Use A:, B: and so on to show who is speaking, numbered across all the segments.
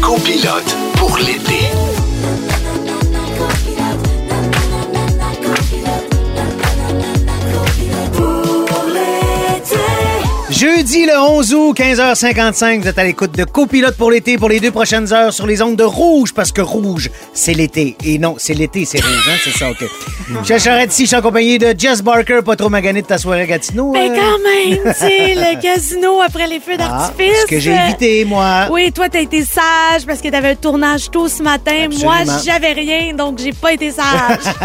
A: copilote pour l'été.
B: Jeudi le 11 août, 15h55, vous êtes à l'écoute de Copilote pour l'été pour les deux prochaines heures sur les ondes de Rouge, parce que Rouge, c'est l'été. Et non, c'est l'été, c'est rouge, hein? c'est ça, OK.
C: Hmm.
B: Michel Charette, ici, je suis en compagnie de Jess Barker, pas trop magané de ta soirée à Gatineau.
D: Ben
B: euh.
D: quand même, tu sais, le casino après les feux
B: Ah,
D: d'artifice.
B: ce que j'ai
D: Euh,
B: évité, moi.
D: Oui, toi, t'as été sage parce que t'avais un tournage tôt ce matin.
B: Absolument.
D: Moi, j'avais rien, donc j'ai pas été sage.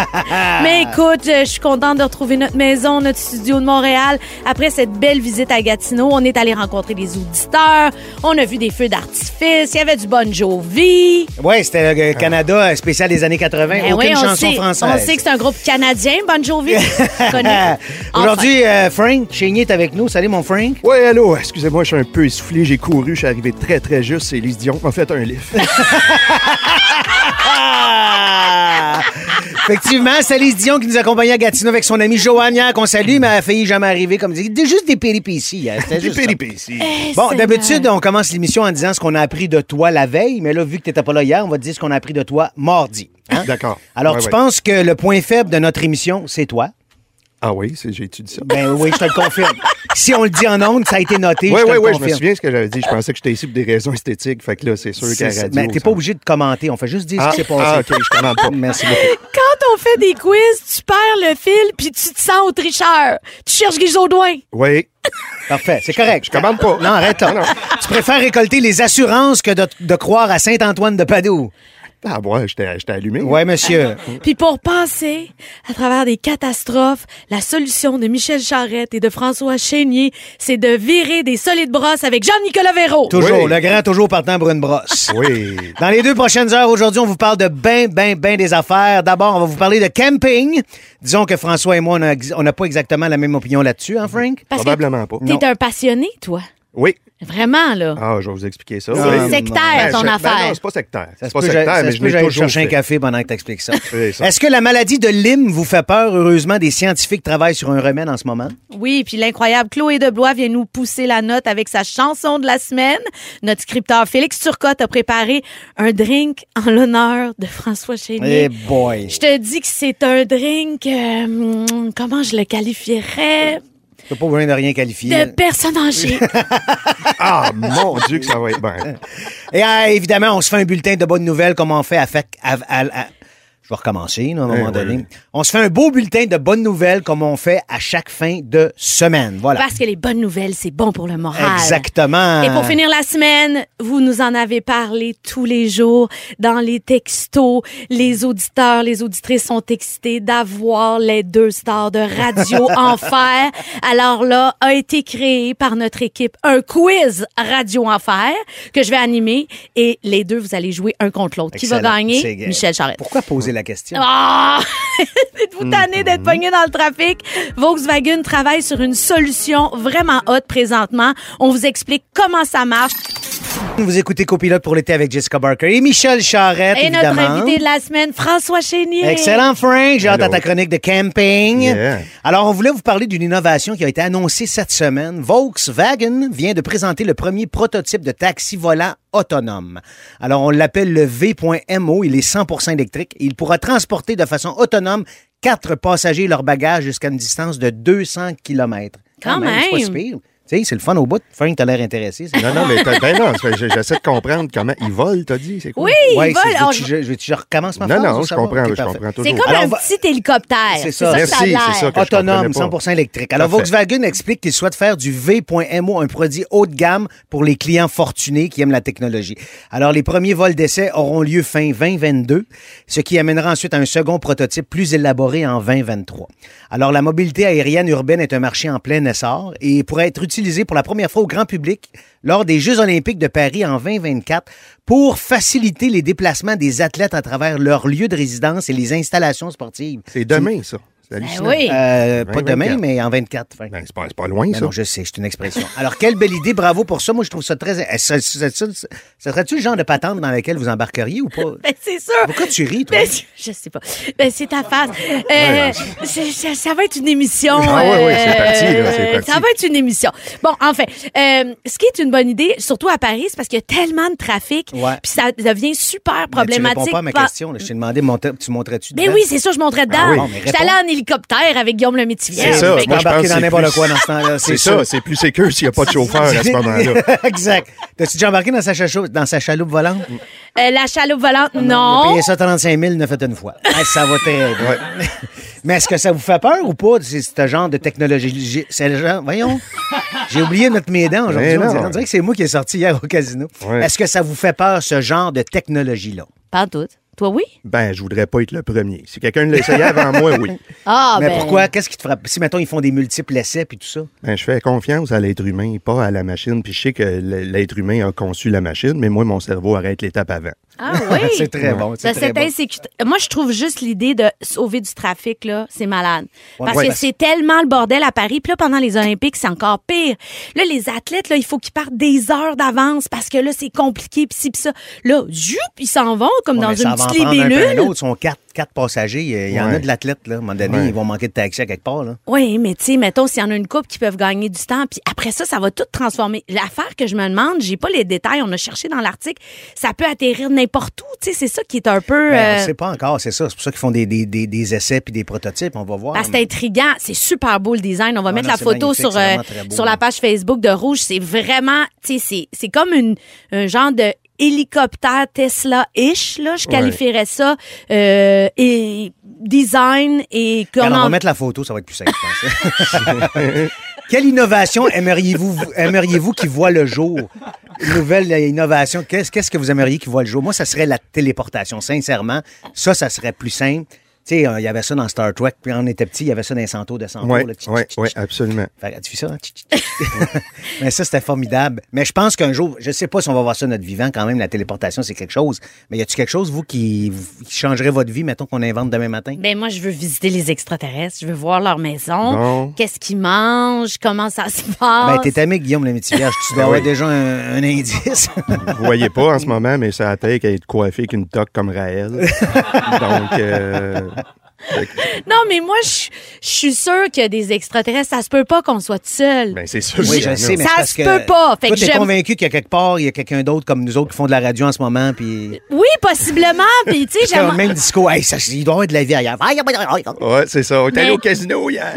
D: Mais écoute, euh, je suis contente de retrouver notre maison, notre studio de Montréal. Après cette belle visite à Gatineau, on est allé rencontrer des auditeurs, on a vu des feux d'artifice, il y avait du Bon Jovi.
B: Ouais, c'était le Canada euh, spécial des années 80,
D: Ben
B: aucune
D: oui, on
B: chanson
D: sait,
B: française.
D: On sait que c'est un groupe canadien, Bon Jovi. On connaît. Enfin.
B: Aujourd'hui, euh, Frank Chénier est avec nous. Salut, mon Frank.
C: Ouais, allô, excusez-moi, je suis un peu essoufflé, j'ai couru, je suis arrivé très très juste, c'est Lise Dion qui m'a fait un lift.
B: Ah! Effectivement, c'est Lise Dion qui nous accompagnait à Gatineau avec son ami Joanne hier, qu'on salue, mais elle a failli jamais arriver, comme dit. C'était Juste des péripéties. hier, c'était
C: Des
B: juste ça.
C: péripéties.
D: Eh,
B: Bon,
D: Seigneur.
B: d'habitude, on commence l'émission en disant ce qu'on a appris de toi la veille, mais là, vu que t'étais pas là hier, on va te dire ce qu'on a appris de toi mardi. hein?
C: D'accord.
B: Alors,
C: Ouais,
B: tu
C: ouais.
B: penses que le point faible de notre émission, c'est toi?
C: Ah oui, c'est- j'ai étudié ça.
B: Ben oui, je te le confirme. si on le dit en ondes, ça a été noté.
C: Oui,
B: je te
C: oui,
B: le
C: oui, je
B: confirme.
C: me souviens de ce que j'avais dit. Je pensais que j'étais ici pour des raisons esthétiques. Fait que là, c'est sûr qu'à
B: C'est
C: la
B: ça.
C: radio.
B: Mais
C: ça-
B: t'es pas obligé de commenter, on fait juste dire
C: Ah,
B: ce qui s'est passé.
C: ah, ok, je commande pas.
B: Merci beaucoup.
D: Quand on fait des quiz, tu perds le fil puis tu te sens au tricheur. Tu cherches Guy Jodoin.
C: Oui.
B: Parfait, c'est correct.
C: Je commande pas.
B: Non, arrête là.
C: Non, non.
B: Tu préfères récolter les assurances que de, de croire à Saint-Antoine de Padoue.
C: Ah, ouais, j'étais j'étais allumé.
B: Ouais, monsieur.
D: Puis pour penser, à travers des catastrophes, la solution de Michel Charrette et de François Chénier, c'est de virer des solides brosses avec Jean-Nicolas Véro.
B: Toujours,
C: Oui.
B: le grand toujours partant pour une brosse.
C: Oui.
B: Dans les deux prochaines heures, aujourd'hui, on vous parle de ben, ben, ben des affaires. D'abord, on va vous parler de camping. Disons que François et moi, on a ex- on n'a pas exactement la même opinion là-dessus, hein, Frank?
D: Parce que
C: Probablement pas.
D: T'es un passionné, toi.
C: Oui.
D: Vraiment, là.
C: Ah, je vais vous expliquer ça.
B: C'est
C: Oui.
D: sectaire,
C: Ben,
D: ton
C: je- ben
D: affaire.
C: non, c'est pas sectaire.
B: Ça se
C: C'est pas
B: peut, j'a-
C: sectaire,
B: ça
C: mais
B: se
C: je
B: peut,
C: l'ai
B: j'aille
C: toujours
B: chercher un
C: fait.
B: café pendant que t'expliques ça.
C: Oui, ça.
B: Est-ce que la maladie de Lyme vous fait peur? Heureusement, des scientifiques travaillent sur un remède en ce moment.
D: Oui, puis l'incroyable Chloé Deblois vient nous pousser la note avec sa chanson de la semaine. Notre scripteur Félix Turcotte a préparé un drink en l'honneur de François Chénier.
B: Eh boy!
D: Je te dis que c'est un drink, euh, hmm, comment je le qualifierais?
B: T'as pas besoin de rien qualifier.
D: De personne âgée.
C: Ah, mon Dieu, que ça va être bien.
B: Et ah, évidemment, on se fait un bulletin de bonnes nouvelles comme on fait à... Fac- à- à- à- Je vais recommencer, là, à un moment
C: Eh oui.
B: donné. On se fait un beau bulletin de bonnes nouvelles comme on fait à chaque fin de semaine. Voilà.
D: Parce que les bonnes nouvelles, c'est bon pour le moral.
B: Exactement.
D: Et pour finir la semaine, vous nous en avez parlé tous les jours dans les textos. Les auditeurs, les auditrices sont excités d'avoir les deux stars de Radio Enfer. Alors là, a été créé par notre équipe un quiz Radio Enfer que je vais animer et les deux, vous allez jouer un contre l'autre. Qui va
B: Excellent.
D: gagner?
B: C'est- euh,
D: Michel Charette.
B: Pourquoi poser la question?
D: Ah!
B: Mm-hmm.
D: Êtes-vous tanné d'être pogné dans le trafic? Volkswagen travaille sur une solution vraiment haute présentement. On vous explique comment ça marche.
B: Vous écoutez Copilote pour l'été avec Jessica Barker et Michel Charette,
D: Et notre
B: évidemment.
D: invité de la semaine, François Chénier.
B: Excellent, Frank. J'ai hâte à
C: Hello.
B: ta chronique de camping.
C: Yeah.
B: Alors, on voulait vous parler d'une innovation qui a été annoncée cette semaine. Volkswagen vient de présenter le premier prototype de taxi volant autonome. Alors, on l'appelle le V.MO. Il est 100 électrique. Il pourra transporter de façon autonome quatre passagers et leur bagage jusqu'à une distance de 200 km.
D: Quand
B: Ah, ben, C'est pas
D: même.
B: si pire. Tu sais, c'est le fun au bout. Frank, t'as l'air intéressé. c'est-
C: Non, non, mais t'as- ben non, c'est- j'essaie de comprendre comment ils volent, t'as dit, c'est quoi?
D: Oui,
B: Ouais,
D: il
B: c'est-
D: vole.
B: veux-tu
D: On-
B: que je, veux-tu que je recommence ma
C: Non,
B: phrase
C: non,
B: ou
C: je
B: ça va?
C: comprends,
B: Ok,
C: je
B: parfait.
C: comprends
D: C'est
C: toujours.
D: comme
B: Alors,
D: un
B: on va-
D: petit hélicoptère.
B: C'est
D: C'est
B: ça.
D: ça, que ça a
C: Merci,
D: l'air.
C: c'est ça que je
B: Autonome,
C: comprenais pas.
B: 100% électrique. Alors,
C: Parfait.
B: Volkswagen explique qu'il souhaite faire du V.MO un produit haut de gamme pour les clients fortunés qui aiment la technologie. Alors, les premiers vols d'essai auront lieu fin 2022, ce qui amènera ensuite à un second prototype plus élaboré en 2023. Alors, la mobilité aérienne urbaine est un marché en plein essor et pourrait être utilisé pour la première fois au grand public lors des Jeux olympiques de Paris en 2024 pour faciliter les déplacements des athlètes à travers leur lieu de résidence et les installations sportives.
C: Ah, C'est demain, ça. C'est
D: Ben
C: hallucinant.
D: oui.
B: Euh, pas
C: 20,
B: demain,
C: 24.
B: mais en 24. fin.
C: Ben, c'est pas, c'est pas loin,
B: Ben
C: ça.
B: non, je sais, c'est une expression. Alors, quelle belle idée, bravo pour ça. Moi, je trouve ça très. eh, Ce ce- ce- ce- ce serait-tu le genre de patente dans laquelle vous embarqueriez ou pas?
D: Ben, c'est sûr.
B: Pourquoi tu ris, toi?
D: Ben, je sais pas. Ben, c'est ta face. Euh, c'est- c'est- ça va être une émission.
C: Ah ouais, ouais, c'est parti, là, c'est
D: euh,
C: parti.
D: Ça va être une émission. Bon, enfin, euh, ce qui est une bonne idée, surtout à Paris, c'est parce qu'il y a tellement de trafic,
B: Ouais.
D: puis ça devient super
B: Mais Tu
D: problématique.
B: réponds pas à ma
D: Pas-
B: question. là. Je t'ai demandé, monta- tu monterais-tu
D: Ben
B: dedans?
D: oui, c'est sûr, je monterais dedans.
B: Ah oui. mais
D: J'étais allée en hélicoptère avec Guillaume le Métivier.
C: C'est ça,
D: Fait
C: moi, je
D: que-
C: pense
B: embarquer
C: que
B: dans
C: c'est
B: n'importe
C: plus-
B: quoi dans ce temps-là.
C: C'est ça, c'est plus sécure s'il n'y a pas de chauffeur à ce moment-là.
B: exact. T'as-tu déjà embarqué dans sa, chacho- dans sa chaloupe volante?
D: Euh, la chaloupe volante,
B: Il a
D: non.
B: payé ça 35 000, ne faites une fois. Ah, ça va t'aider.
C: Ouais.
B: Mais est-ce que ça vous fait peur ou pas, c'est ce genre de technologie? C'est le genre, voyons, j'ai oublié notre médan
C: Mais
B: aujourd'hui. On
C: non.
B: dirait- on dirait que c'est moi qui est sorti hier au casino.
C: Ouais.
B: Est-ce que ça vous fait peur, ce genre de technologie-là?
D: Pas en tout. Toi, oui?
C: Ben, je voudrais pas être le premier. Si quelqu'un l'essayait avant moi, oui.
D: Ah,
B: Mais
D: ben,
B: pourquoi? Qu'est-ce qui te frappe? Si, mettons, ils font des multiples essais puis tout ça.
C: Ben, je fais confiance à l'être humain, pas à la machine. Puis je sais que l- l'être humain a conçu la machine, mais moi, mon cerveau arrête l'étape avant.
D: Ah oui?
B: c'est très bon. C'est
D: Ben,
B: très
D: cette
B: bon.
D: insécurité- Moi, je trouve juste l'idée de sauver du trafic, là, c'est malade.
B: Ouais,
D: Parce
B: ouais,
D: que
B: parce-
D: c'est tellement le bordel à Paris. Puis là, pendant les Olympiques, c'est encore pire. Là, les athlètes, là, il faut qu'ils partent des heures d'avance parce que là, c'est compliqué, puis ci, puis ça. Là, zoup, ils s'en vont comme
B: Ouais,
D: dans
B: mais ça
D: une
B: va en
D: petite
B: prendre un peu un
D: libellule.
B: autre. Ils sont quatre, quatre passagers. Il y en a
C: Ouais.
B: de l'athlète, là. À un moment donné,
C: Ouais.
B: ils vont manquer de taxi à quelque part, là.
D: Oui, mais tu sais, mettons, s'il y en a une coupe qui peuvent gagner du temps, puis après ça, ça va tout transformer. L'affaire que je me demande, j'ai pas les détails, on a cherché dans l'article, ça peut atterrir n'importe où, tu sais, c'est ça qui est un peu...
B: Ben, on
D: euh,
B: sait pas encore, c'est ça. C'est pour ça qu'ils font des, des, des, des essais puis des prototypes. On va voir.
D: Ah, c'est intriguant. C'est super beau le design. On va
B: Non,
D: mettre
B: non,
D: la
B: c'est
D: photo
B: magnifique,
D: sur,
B: c'est
D: euh,
B: vraiment très beau,
D: sur
B: là.
D: la page Facebook de Rouge. C'est vraiment, tu sais, c'est- c'est comme une, un genre de hélicoptère Tesla-ish, là. Je
C: Ouais.
D: qualifierais ça. euh, et design et
B: Quand on
D: comment.
B: va mettre la photo, ça va être plus simple, je pense. Quelle innovation aimeriez-vous aimeriez qui voit le jour? Une Nouvelle innovation, qu'est-ce qu'est-ce que vous aimeriez qui voit le jour? Moi, ça serait la téléportation, sincèrement. Ça, ça serait plus simple. Tu sais, euh, il y avait ça dans Star Trek, puis on était petit, il y avait ça dans les Centaures de Centaures.
C: Oui,
B: là. Tch, tch,
C: oui,
B: tch,
C: oui,
B: tch.
C: absolument.
B: Fait que tu fais ça, hein? Tch, tch, tch. Mais ça, c'était formidable. Mais je pense qu'un jour, je sais pas si on va voir ça notre vivant quand même, la téléportation, c'est quelque chose. Mais y a-tu quelque chose, vous, qui, qui changerait votre vie, mettons qu'on invente demain matin?
D: Ben moi, je veux visiter les extraterrestres. Je veux voir leur maison.
C: Bon.
D: Qu'est-ce qu'ils mangent? Comment ça se
B: Ben,
D: passe?
B: t'es ami, avec Guillaume Lemaitre-Vierge. Tu dois
C: Ben
B: avoir
C: oui.
B: déjà un, un indice.
C: Vous voyez pas en ce moment, mais ça a tête qu'à être coiffé avec une toque comme Raël. Donc, euh,
D: non, mais moi, je je suis sûre que des extraterrestres, ça se peut pas qu'on soit seul.
C: ben, c'est sûr.
B: oui,
C: qu'il y en
B: je
C: a.
B: sais, mais
D: Ça
B: c'est parce
D: se
B: que
D: peut pas. Fait
B: toi,
D: que
B: t'es
D: j'aime-
B: convaincu qu'il y a quelque part, il y a quelqu'un d'autre comme nous autres qui font de la radio en ce moment, puis
D: Oui, possiblement. Puis tu sais,
B: c'est le
D: j'aimerais-
B: même discours. Hey, ça, il doit y avoir de la vie ailleurs.
C: Ouais, c'est ça. On est allé
D: Mais-
C: au casino hier.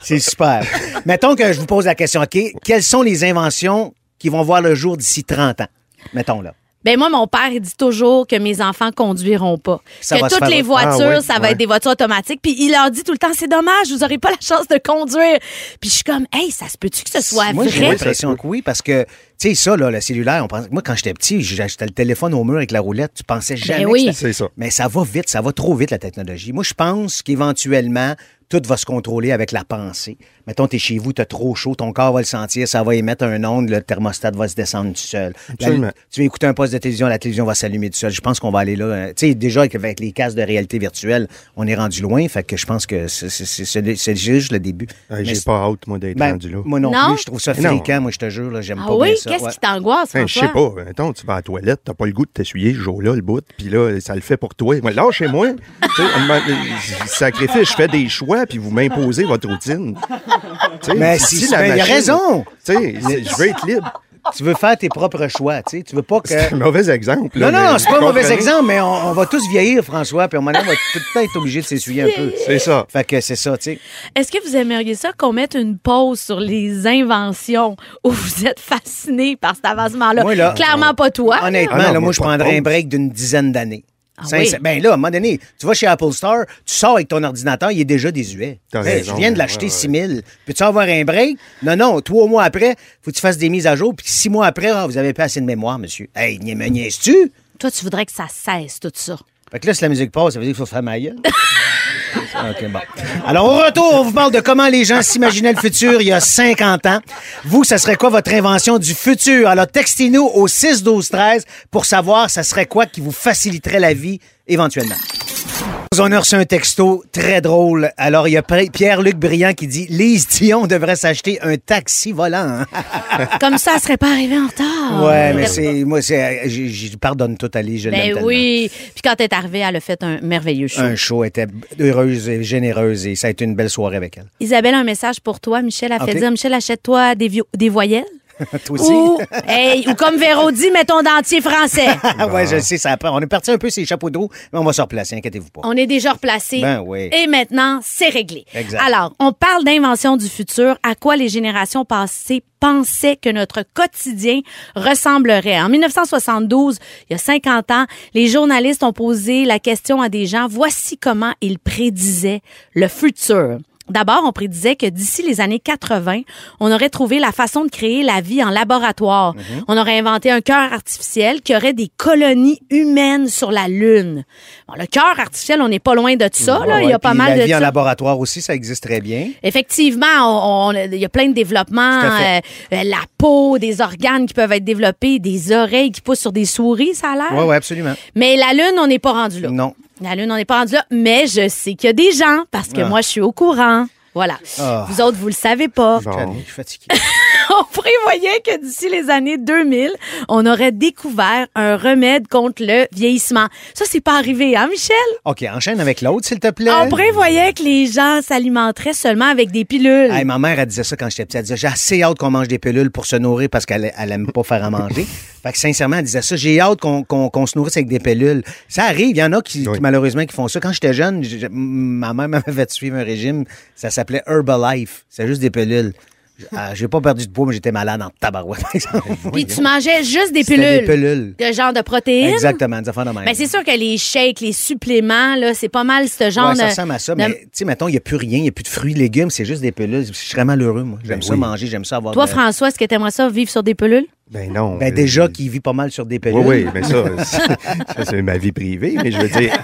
B: C'est super. mettons que je vous pose la question, OK? Quelles sont les inventions qui vont voir le jour d'ici 30 ans? Mettons là.
D: Ben moi, mon père, il dit toujours que mes enfants conduiront pas.
B: Ça
D: que
B: va se
D: toutes
B: faire-
D: les voitures,
C: Ah ouais,
D: ça va
C: ouais.
D: être des voitures automatiques. Puis il leur dit tout le temps, c'est dommage, vous aurez pas la chance de conduire. Puis je suis comme, hey, ça se peut-tu que ce soit
B: Moi, j'ai
D: vrai?
B: l'impression que oui, parce que, tu sais, ça, là, le cellulaire, on pense... moi, quand j'étais petit, j'achetais le téléphone au mur avec la roulette, tu pensais jamais.
D: Ben oui.
B: que
C: C'est ça.
B: Mais ça va vite, ça va trop vite, la technologie. Moi, je pense qu'éventuellement, tout va se contrôler avec la pensée. Mettons, t'es chez vous, t'as trop chaud, ton corps va le sentir, ça va émettre un onde, le thermostat va se descendre tout seul. La-
C: Absolument.
B: tu vas écouter un poste de télévision, la télévision va s'allumer tout seul. Je pense qu'on va aller là. euh, Tu sais, déjà, avec, avec les casques de réalité virtuelle, on est rendu loin, fait que je pense que c'est- c'est- c'est c'est- c'est juste le début.
C: Hey,
B: Mais
C: Ah, J'ai
B: c'est-
C: pas hâte, moi, d'être
B: ben,
C: rendu là.
B: moi non,
D: Non?
B: plus, je trouve ça
C: Non.
B: fréquent, moi je te jure, là, j'aime
D: Ah
B: pas
D: oui?
B: bien ça.
D: Qu'est-ce
B: ouais. Ben,
D: qui t'angoisse,
C: Hein,
D: François?
C: je sais pas, mettons, tu vas à la toilette, t'as pas le goût de t'essuyer ce jour-là, le bout, puis là, ça le fait pour toi. Moi, là, chez moi, tu sais, on me demande- euh, sacrifice, je fais des choix, puis vous m'imposez votre routine. Tu sais,
B: Mais si- ben, il a raison.
C: Tu sais, c'est- je veux être libre.
B: Tu veux faire tes propres choix, tu sais, tu veux pas que...
C: C'est un mauvais exemple. là,
B: Euh, Non, non,
C: mais
B: non, c'est pas un
C: vous
B: mauvais
C: comprenez?
B: exemple, mais on, on va tous vieillir, François, puis à un moment donné, on va tout le temps être obligé de s'essuyer un peu.
C: C'est ça.
B: Fait que c'est ça, tu sais.
D: Est-ce que vous aimeriez ça qu'on mette une pause sur les inventions où vous êtes fasciné par cet avancement-là?
B: Moi, là,
D: Clairement pas toi.
B: Honnêtement,
C: Ah non,
B: là, moi,
C: moi,
B: je
C: pas de
B: prendrais un
C: pause.
B: break d'une dizaine d'années.
D: Ah
B: Sincère-
D: oui?
B: Ben là, à un moment donné, tu vas chez Apple Store, tu sors avec ton ordinateur, il est déjà désuet.
C: T'as
B: Hey,
C: raison,
B: je viens de
C: ouais,
B: l'acheter
C: ouais.
B: 6 000. Peux-tu avoir un break? Non, non, trois mois après, faut que tu fasses des mises à jour, puis six mois après, ah, vous avez pas assez de mémoire, monsieur. Hey, nia- me niaises-tu?
D: Hein? Toi, tu voudrais que ça cesse, tout ça.
B: Fait que là, si la musique passe, ça veut dire qu'il faut faire ma gueule. OK, bon. Alors, au retour, on vous parle de comment les gens s'imaginaient le futur il y a 50 ans. Vous, ça serait quoi votre invention du futur? Alors, textez-nous au 6-12-13 pour savoir ça serait quoi qui vous faciliterait la vie éventuellement. On a reçu un texto très drôle. Alors, il y a Pri- Pierre-Luc Briand qui dit Lise Dion devrait s'acheter un taxi volant.
D: Comme ça, elle serait pas arrivée en retard.
B: ouais, mais c'est. Moi, c'est. j- j- Je pardonne tout à Lise, je l'aime
D: Ah. Ben
B: tellement.
D: oui. Puis quand elle est arrivée, elle a fait un merveilleux show.
B: Un show elle était heureuse et généreuse et ça a été une belle soirée avec elle.
D: Isabelle, un message pour toi. Michel a fait
B: Ah, Ok.
D: dire Michel, achète-toi des, vio- des voyelles.
B: Toi aussi?
D: Ou, hey, ou comme Véro dit, mets ton dentier français.
B: Ah ouais, je sais, ça apprend. On est parti un peu ces chapeaux de roue, mais on va se replacer, inquiétez-vous pas.
D: On est déjà replacé.
B: Ben oui.
D: Et maintenant, c'est réglé.
B: Exact.
D: Alors, on parle d'invention du futur, à quoi les générations passées pensaient que notre quotidien ressemblerait. En 1972, il y a 50 ans, les journalistes ont posé la question à des gens, voici comment ils prédisaient le futur. D'abord, on prédisait que d'ici les années 80, on aurait trouvé la façon de créer la vie en laboratoire. On aurait inventé un cœur artificiel qui aurait des colonies humaines sur la Lune. Bon, le cœur artificiel, on n'est pas loin de ça. Oh là.
B: Ouais,
D: il y a
B: ouais,
D: pas
B: puis
D: mal
B: la
D: de
B: vie en
D: ça.
B: laboratoire aussi, ça existe très bien.
D: Effectivement, on- on- il y a plein de développements.
B: Tout à fait.
D: euh, euh, la peau, des organes qui peuvent être développés, des oreilles qui poussent sur des souris, ça a l'air.
B: Oui, oui, absolument.
D: Mais la Lune, on n'est pas rendu là.
B: Non.
D: La Lune, on n'est pas rendu là. Mais je sais qu'il y a des gens, parce que moi, je suis au courant. Voilà.
B: Ah.
D: Vous autres, vous le savez pas.
C: Bon.
B: Je suis fatigué.
D: On prévoyait que d'ici les années 2000, on aurait découvert un remède contre le vieillissement. Ça, c'est pas arrivé, hein, Michel?
B: OK, enchaîne avec l'autre, s'il te plaît.
D: On prévoyait que les gens s'alimenteraient seulement avec des pilules.
B: Hey, ma mère, elle disait ça quand j'étais petite. Elle disait J'ai assez hâte qu'on mange des pilules pour se nourrir parce qu'elle elle aime pas faire à manger. fait que sincèrement, elle disait ça J'ai hâte qu'on qu'on- qu'on se nourrisse avec des pilules. Ça arrive, il y en a qui,
C: Oui.
B: qui, malheureusement qui font ça. Quand j'étais jeune, j'ai- j'ai- ma mère m'avait fait suivre un régime. Ça s'appelait Herbalife. C'est juste des pilules. J- ah, J'ai pas perdu de poids, mais j'étais malade en tabarouette. par exemple.
D: Puis tu mangeais juste des
B: C'était
D: pilules.
B: des pilules.
D: De genre de protéines.
B: Exactement, des affaires de même.
D: Mais Ben, c'est sûr que les shakes, les suppléments, là, c'est pas mal ce genre
B: Ouais, ça
D: de-
B: ressemble à ça,
D: de-
B: mais tu sais, mettons, il n'y a plus rien, il n'y a plus de fruits, légumes, c'est juste des pilules. Je suis vraiment malheureux, moi. J'aime
C: Ben
B: ça
C: oui.
B: manger, j'aime ça avoir.
D: Toi,
B: de-
D: François, est-ce que t'aimerais ça vivre sur des pilules?
C: Ben non.
B: Ben,
C: euh,
B: déjà, qui vit pas mal sur des pilules.
C: Oui, oui, mais ça, c'est- ça, c'est ma vie privée. Mais je veux dire,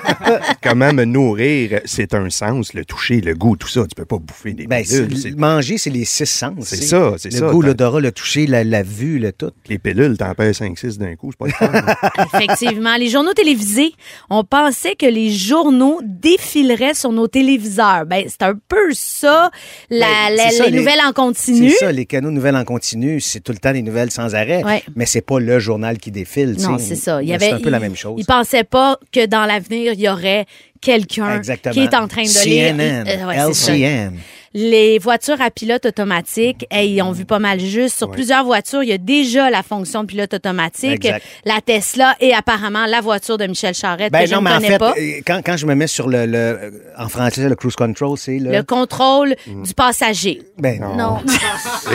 C: comment me nourrir, c'est un sens, le toucher, le goût, tout ça. Tu peux pas bouffer des
B: Ben,
C: pilules.
B: c'est-
C: c'est-
B: manger, c'est les six sens.
C: C'est
B: tu sais.
C: ça, c'est ça.
B: Le goût,
C: T'as-
B: l'odorat, le toucher, la, la vue, le tout.
C: Les pilules, t'en perds 5-6 d'un coup, c'est pas le fun. hein. là.
D: Effectivement. les journaux télévisés, on pensait que les journaux défileraient sur nos téléviseurs. Ben, c'est un peu ça, la,
B: Ben,
D: la-
B: c'est ça,
D: les,
B: les-
D: nouvelles en
B: C'est
D: continu.
B: ça, les canaux de nouvelles en continu, c'est tout le temps des nouvelles sans arrêt,
D: Ouais.
B: mais c'est pas le journal qui défile. tu
D: Non,
B: sais.
D: c'est ça. Il y
B: Mais
D: avait,
B: C'est un peu la
D: il-
B: même chose.
D: Il pensait pas que dans l'avenir, il y aurait quelqu'un
B: Exactement.
D: qui est en train de
B: CNN,
D: lire. Euh, ouais, c'est ça.
B: LCN.
D: Les voitures à pilote
B: Mm-hmm.
D: automatique, hey, ils ont vu pas mal juste. Sur plusieurs voitures, il y a déjà la fonction de pilote automatique.
B: Exact.
D: La Tesla et apparemment la voiture de Michel Charette
B: Ben
D: que je
B: non,
D: ne
B: mais en
D: connais
B: fait,
D: pas.
B: euh, quand, quand je me mets sur le, le- euh, en français, le cruise control, c'est le.
D: Le contrôle
B: Mm.
D: du passager.
B: ben, non.
D: Non.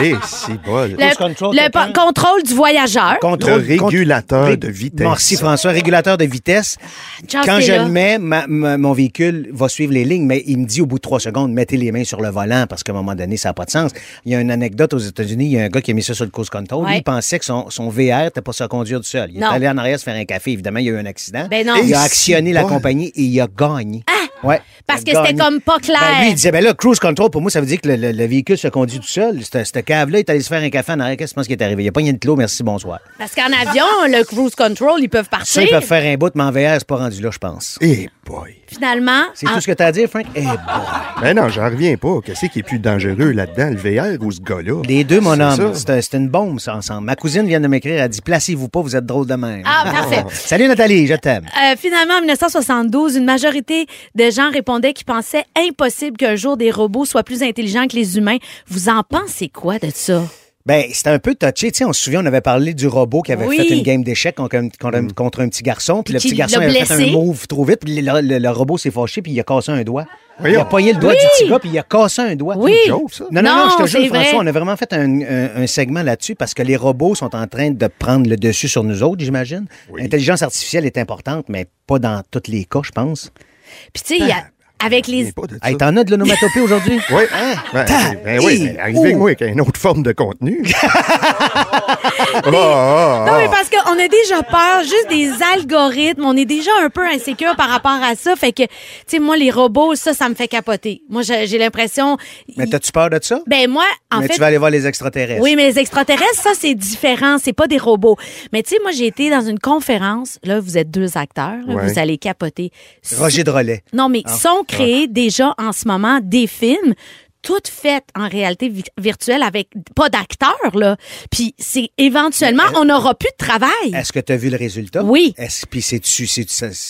C: Eh, c'est bol.
D: Le,
B: Cruise control,
D: le
B: quelqu'un?
D: pa- contrôle du voyageur.
B: Contrôle-
C: Le régulateur
B: contr-
C: de vitesse.
B: Merci François, régulateur de vitesse.
D: Charles,
B: Quand
D: t'es
B: je
D: Ah, là.
B: le mets, ma- ma- mon véhicule va suivre les lignes, mais il me dit au bout de trois secondes, mettez les mains sur le volant parce qu'à un moment donné, ça n'a pas de sens. Il y a une anecdote aux États-Unis, il y a un gars qui a mis ça sur le cause control. Lui,
D: Ouais.
B: il pensait que son, son VR n'était pas ça à conduire du seul. Il
D: Non.
B: est allé en arrière se faire un café. Évidemment, il y a eu un accident.
D: Ben non. Ah!
B: Il
C: Et
B: a actionné
C: si
B: la
C: bon.
B: compagnie et il a gagné. Ouais.
D: Parce
B: Il
D: que
B: a
D: c'était
B: gagné.
D: comme pas clair.
B: Ben, lui, il disait, ben là, cruise control, pour moi, ça veut dire que le, le- le véhicule se conduit tout seul. Cette, cette cave-là, il est allé se faire un café en arrière. Qu'est-ce que tu penses qui est arrivé? Il a pas rien de clos. Merci, bonsoir.
D: Parce qu'en avion, le cruise control, ils peuvent
B: Ça,
D: partir.
B: ils peuvent faire un bout, mais en VR, c'est pas rendu là, je pense.
C: Eh boy.
D: Finalement,
B: C'est
D: en-
B: tout ce que t'as à dire, Frank? Eh,
D: Ah.
B: boy.
C: Ben non, j'en reviens pas. Qu'est-ce qui est plus dangereux là-dedans, le VR ou ce gars-là?
B: ben, Les deux, mon
C: C'est ça.
B: homme. C'est un- c'est une bombe, ça, ensemble. Ma cousine vient de m'écrire, elle dit Placez-vous pas, vous êtes drôle de même.
D: Ah, parfait.
B: Salut, Nathalie, je t'aime.
D: Euh, finalement, en 1972, une majorité des gens répondaient qu'ils pensaient impossible qu'un jour des robots soient plus intelligents que les humains. Vous en pensez quoi de ça?
B: Ben, c'était un peu touché. Tu sais, on se souvient, on avait parlé du robot qui avait
D: Oui.
B: fait une game d'échecs contre, un- contre
C: Mm.
B: un- contre un petit garçon. Puis
D: Puis
B: le
D: qui
B: petit garçon
D: l'a
B: avait fait
D: blessé.
B: un move trop vite. Puis le, le- le robot s'est fâché, puis il a cassé un doigt. Il a
C: Voyons.
B: pogné le doigt du petit gars, puis il a cassé un doigt.
D: Oui.
C: une joke, ça.
B: Non, non, non, je te
D: c'est
B: jure,
D: vrai.
B: François, on a vraiment fait un, un- un segment là-dessus parce que les robots sont en train de prendre le dessus sur nous autres, j'imagine. L'intelligence artificielle est importante, mais pas dans tous les cas, je pense.
D: Puis tu sais, il y a- avec les...
C: Mais pas de ça.
B: Hey, t'en Hein? as de l'onomatopée aujourd'hui?
C: Oui. Ben, ben oui,
B: Hi.
C: mais arrivez
B: Ouh.
C: moi avec une autre forme de contenu. Ah, ah,
D: Non, mais
C: ah.
D: parce qu'on a déjà peur, juste des algorithmes. On est déjà un peu insécure par rapport à ça. Fait que, tu sais, moi, les robots, ça, ça me fait capoter. Moi, j'ai j'ai l'impression.
B: Mais t'as-tu peur de ça?
D: Ben, moi, en
B: mais
D: fait.
B: tu vas aller voir les extraterrestres.
D: Oui, mais les extraterrestres, ça, c'est différent. C'est pas des robots. Mais tu sais, moi, j'ai été dans une conférence. Là, vous êtes deux acteurs. là,
C: Ouais.
D: Vous allez capoter.
B: Roger de Relais.
D: Non, mais sont créés déjà en ce moment des films toutes faites en réalité vi- virtuelle avec pas d'acteurs, là. Puis c'est éventuellement, on n'aura plus de travail.
B: euh, Est-ce que tu as vu le résultat?
D: Oui.
B: Est-ce puis c'est tu c'est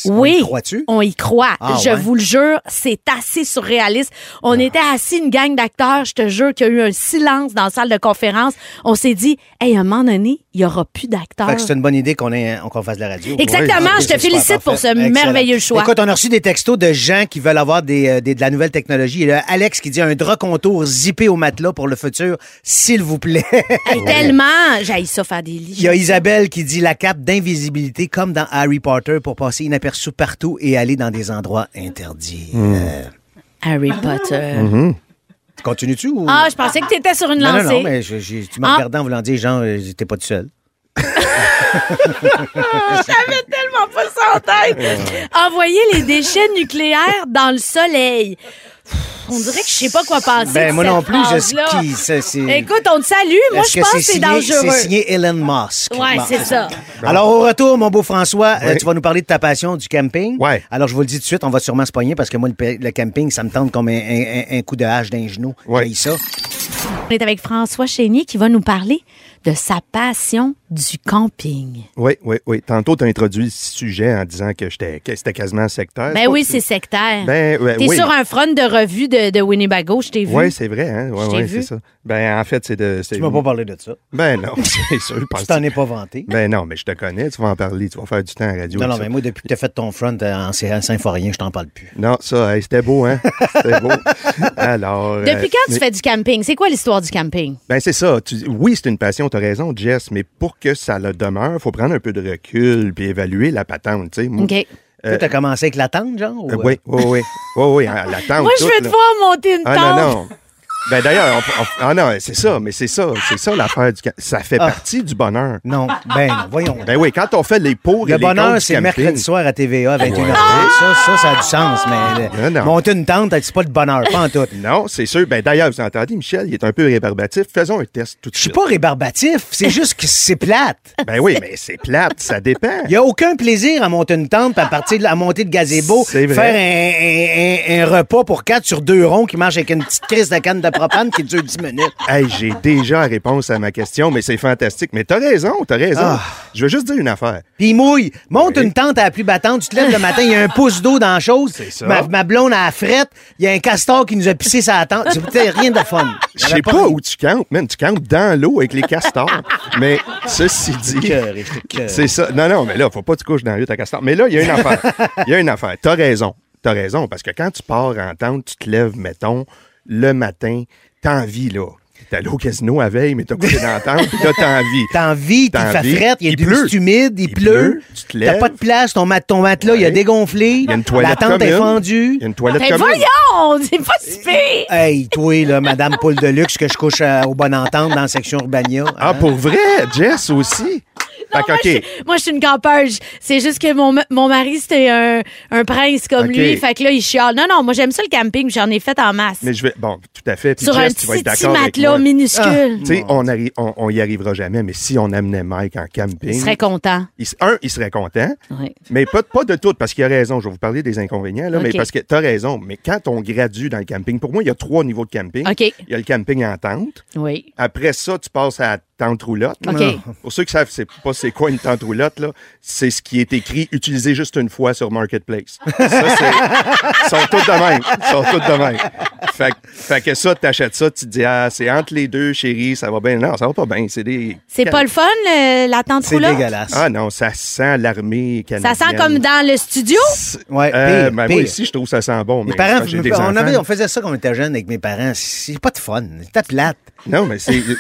D: Oui.
B: crois-tu?
D: On y croit.
B: Ah, ouais?
D: je
B: Ah.
D: vous le jure, c'est assez surréaliste. On était assis, une gang d'acteurs, je te jure qu'il y a eu un silence dans la salle de conférence. On s'est dit, hey, à un moment donné, il n'y aura plus d'acteurs.
B: Fait que c'est une bonne idée qu'on ait un- qu'on fasse de la radio.
D: Exactement,
B: Oui,
D: je
B: c'est
D: te félicite
B: super
D: pour
B: parfait.
D: ce merveilleux choix.
B: Écoute, on a reçu des textos de gens qui veulent avoir des, euh, des- de la nouvelle technologie. Il y a Alex qui dit un drap contour zippé au matelas pour le futur, s'il vous plaît.
D: Hey, Tellement, j'ai ça faire des lits.
B: Il y a Isabelle qui dit la cape d'invisibilité comme dans Harry Potter pour passer inaperçu partout et aller dans des endroits interdits. Euh,
D: Harry Potter.
B: Mm-hmm. Continues-tu ou...
D: Ah, je pensais que tu étais sur une
B: non, non,
D: lancée.
B: non, mais je- je- tu m'as
D: Ah.
B: regardé en voulant dire, genre, euh, t'es pas tout seul.
D: J'avais tellement pas ça en tête.
B: Euh.
D: Envoyer les déchets nucléaires dans le soleil. Pff, On dirait que je sais pas quoi penser.
B: Ben,
D: de
B: moi
D: cette
B: non plus, je
D: phrase-là.
B: skie. ça, c'est-
D: Écoute, on te salue. Moi,
B: Est-ce
D: je pense que c'est
B: signé-
D: dangereux. Ah.
B: C'est signé Elon Musk.
D: Ouais,
B: Bon,
D: c'est ça.
B: Alors, au retour, mon beau François, euh,
C: Oui.
B: tu vas nous parler de ta passion du camping.
C: Ouais.
B: Alors, je vous le dis tout de suite, on va sûrement se pogner parce que moi, le, pa- le camping, ça me tente comme un, un- un- un coup de hache d'un genou.
C: Ouais.
B: J'haïs ça.
D: On est avec François Chénier qui va nous parler de sa passion du camping.
C: Oui, oui, oui. Tantôt, tu as introduit le sujet en disant que j'étais- que c'était quasiment
B: Euh,
C: sectaire.
D: Ben
C: pas
D: oui,
C: que-
D: c'est sectaire.
C: Ben, ouais,
D: T'es
C: oui.
D: sur un front de revue de, de Winnebago, je t'ai vu.
C: Oui, c'est vrai, hein? Oui,
D: Je t'ai
C: oui,
D: vu.
C: c'est ça. Ben, en fait, c'est de. c'est-
B: Tu m'as pas parlé de ça.
C: Ben non, c'est sûr.
B: Tu
C: pense-
B: t'en es pas vanté.
C: Ben non, mais je te connais, tu vas en parler, tu vas faire du temps à la radio.
B: non,
C: avec
B: non,
C: ça.
B: mais moi, depuis que t'as fait ton front euh, en Saint- Symphorien, je t'en parle plus.
C: Non, ça, hey, c'était beau, hein? C'était beau. Alors. euh,
D: Depuis quand
C: mais-
D: tu fais du camping? C'est quoi l'histoire du camping?
C: Ben c'est ça. Tu- oui, c'est une passion, t'as raison, Jess, mais pour que ça le demeure, faut prendre un peu de recul puis évaluer la patente, tu sais. Moi-
D: OK.
B: Toi, t'as commencé avec l'attente, genre? ou,
C: Euh,
B: euh,
C: oui, oui, oui. Oui, oui, hein, la tente.
D: Moi, je
C: toute,
D: veux te
C: là.
D: voir monter une tente.
C: Ah non, non. Ben d'ailleurs, on- on- ah non, c'est ça, mais c'est ça, c'est ça l'affaire du... ca- Ça fait
B: Ah.
C: partie du bonheur.
B: Non, ben, non, voyons.
C: Ben oui, quand on fait les pour et
B: Le
C: les contre
B: bonheur,
C: du
B: c'est le
C: camping,
B: mercredi soir à TVA à
D: Ah!
B: 21h30. Ça, ça, ça a du sens, mais euh,
C: Non, non.
B: monter une tente, c'est pas le bonheur, pas en tout.
C: Non, c'est sûr. Ben d'ailleurs, vous entendez, Michel, il est un peu rébarbatif. Faisons un test tout de
B: Je suis
C: suite.
B: pas rébarbatif, c'est juste que c'est plate.
C: Ben oui, mais c'est plate, ça dépend.
B: Il n'y a aucun plaisir à monter une tente, puis à partir de la montée de gazebo,
C: C'est
B: faire
C: vrai.
B: un, un- un- un repas pour quatre sur deux ronds qui marche avec une petite crise de canne de propane qui dure 10 minutes.
C: Hey, j'ai déjà la réponse à ma question, mais c'est fantastique. Mais t'as raison, t'as raison.
B: Ah.
C: Je veux juste dire une affaire.
B: Puis il mouille. Monte une tente à la pluie battante, tu te lèves le matin, il y a un pouce d'eau dans la chose.
C: ça.
B: Ma, ma blonde à la frette, il y a un castor qui nous a pissé sa tente. C'était rien de fun.
C: Je sais pas où tu campes, man. Tu campes dans l'eau avec les castors. mais ceci dit.
B: Écoeuré, je t'écoeure.
C: C'est ça. Non, non, mais là, faut pas que tu couches dans l'eau avec ta castor. Mais là, il y a une affaire. Il y a une affaire. T'as raison. T'as raison. Parce que quand tu pars en tente, tu te lèves, mettons, le matin, t'as envie, là. T'es allé au casino la veille, mais t'as couché dans la tente, puis là, t'as envie.
B: T'as envie, il
C: T'as
B: fait
C: envie,
B: frette, il y a
C: il
B: du
C: pleut.
B: mist humide, il,
C: Il
B: pleut.
C: pleut, tu te
B: T'as
C: lèves.
B: pas de place, ton, mat- ton matelas, il a
C: Ouais.
B: dégonflé.
C: Il y a une toilette
B: La tente est
C: commune.
B: fendue.
C: Il y a une toilette
D: Ben
C: commune.
D: voyons, c'est pas
B: Euh,
D: si pire.
B: Hey, toi, là, Madame Poule de Luxe, que je couche euh, au bon entente dans la section Urbania. hein?
C: Ah, pour vrai? Jess aussi?
D: Non,
C: Fait que,
D: moi,
C: OK.
D: je, suis- moi, je suis une campeuse. C'est juste que mon, ma- mon mari, c'était un, un prince comme
C: Ok.
D: lui. Fait que là, il chiale. Non, non, moi, j'aime ça le camping. J'en ai fait en masse.
C: Mais je vais. Bon, tout à fait. Puis
D: Sur un
C: Jess,
D: petit,
C: tu vas être
D: petit
C: d'accord avec
D: matelas
C: moi. Ah.
D: minuscule.
C: Tu sais, on, arri- on, on y arrivera jamais, mais si on amenait Mike en camping.
D: Il serait content.
C: il s- un, il serait content.
D: Ouais.
C: Mais pas, pas de tout, parce qu'il a raison. Je vais vous parler des inconvénients, là,
D: OK.
C: mais parce que tu as raison. Mais quand on gradue dans le camping, pour moi, il y a trois niveaux de camping.
D: OK.
C: Il y a le camping en tente.
D: Oui.
C: Après ça, tu passes à la tente roulotte. là.
D: OK.
C: Pour ceux qui savent c'est pas c'est quoi une tente roulotte, là, c'est ce qui est écrit utilisé juste une fois sur Marketplace. Ça, c'est. Ils sont tous de même. Ils sont tous de même. Fait, que- fait que ça, t'achètes ça, tu te dis, ah, c'est entre les deux, chérie, ça va bien. Non, ça va pas bien. C'est des.
D: C'est pas le fun, le- la tente
B: C'est
D: roulotte?
B: dégueulasse.
C: Ah non, ça sent l'armée
D: Ça
C: canadienne.
D: sent comme dans le studio?
B: Ouais,
C: Euh,
B: pire,
C: ben,
B: pire.
C: moi ici, je trouve ça sent bon.
B: Mes
C: mais
B: parents,
C: quand j'ai
B: me-
C: des
B: on, avait-
C: enfants-
B: on faisait ça quand on était jeunes avec mes parents. C'est pas de fun. C'était plate.
C: Non, mais c'est. euh,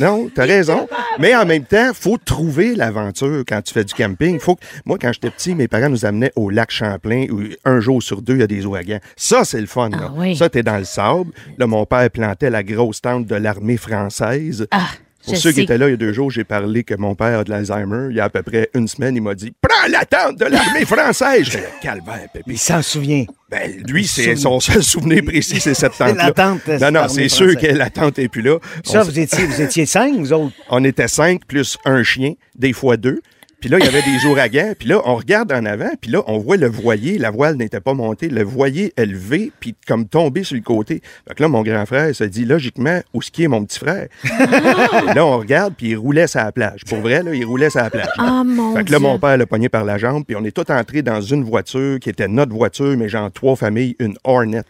C: non, t'as raison. Mais en même temps, faut trouver l'aventure quand tu fais du camping. Faut que- Moi, quand j'étais petit, mes parents nous amenaient au lac Champlain où un jour sur deux, il y a des ouragans. Ça, c'est le fun. Là.
D: Ah oui.
C: Ça, t'es dans le sable. Là, mon père plantait la grosse tente de l'armée française.
D: Ah,
C: Pour
D: Je
C: ceux
D: sais.
C: qui étaient là il y a deux jours, j'ai parlé que mon père a de l'Alzheimer. Il y a à peu près une semaine, il m'a dit Prends l'attente de l'armée française J'étais là, calvaire, Pépé.
B: Il s'en souvient.
C: Ben, lui, c'est son seul souvenir précis, c'est cette tente-là.
B: L'attente, c'est
C: Non, non,
B: l'armée
C: c'est sûr que
B: française.
C: la tente n'est plus là.
B: Ça,
C: On-
B: vous étiez, vous étiez cinq, vous autres.
C: on était cinq plus un chien, des fois deux. Puis là, il y avait des ouragans. Puis là, on regarde en avant. Puis là, on voit le voilier. La voile n'était pas montée. Le voilier est levé, puis comme tombé sur le côté. Fait que là, mon grand frère se dit logiquement où ce qui est mon petit frère. Et là, on regarde, puis il roulait sur la plage. Pour vrai, là, il roulait sur la plage.
D: Ah, mon
C: Fait que là,
D: Dieu.
C: mon père l'a pogné par la jambe. Puis on est tous entrés dans une voiture qui était notre voiture, mais genre trois familles, une Hornet.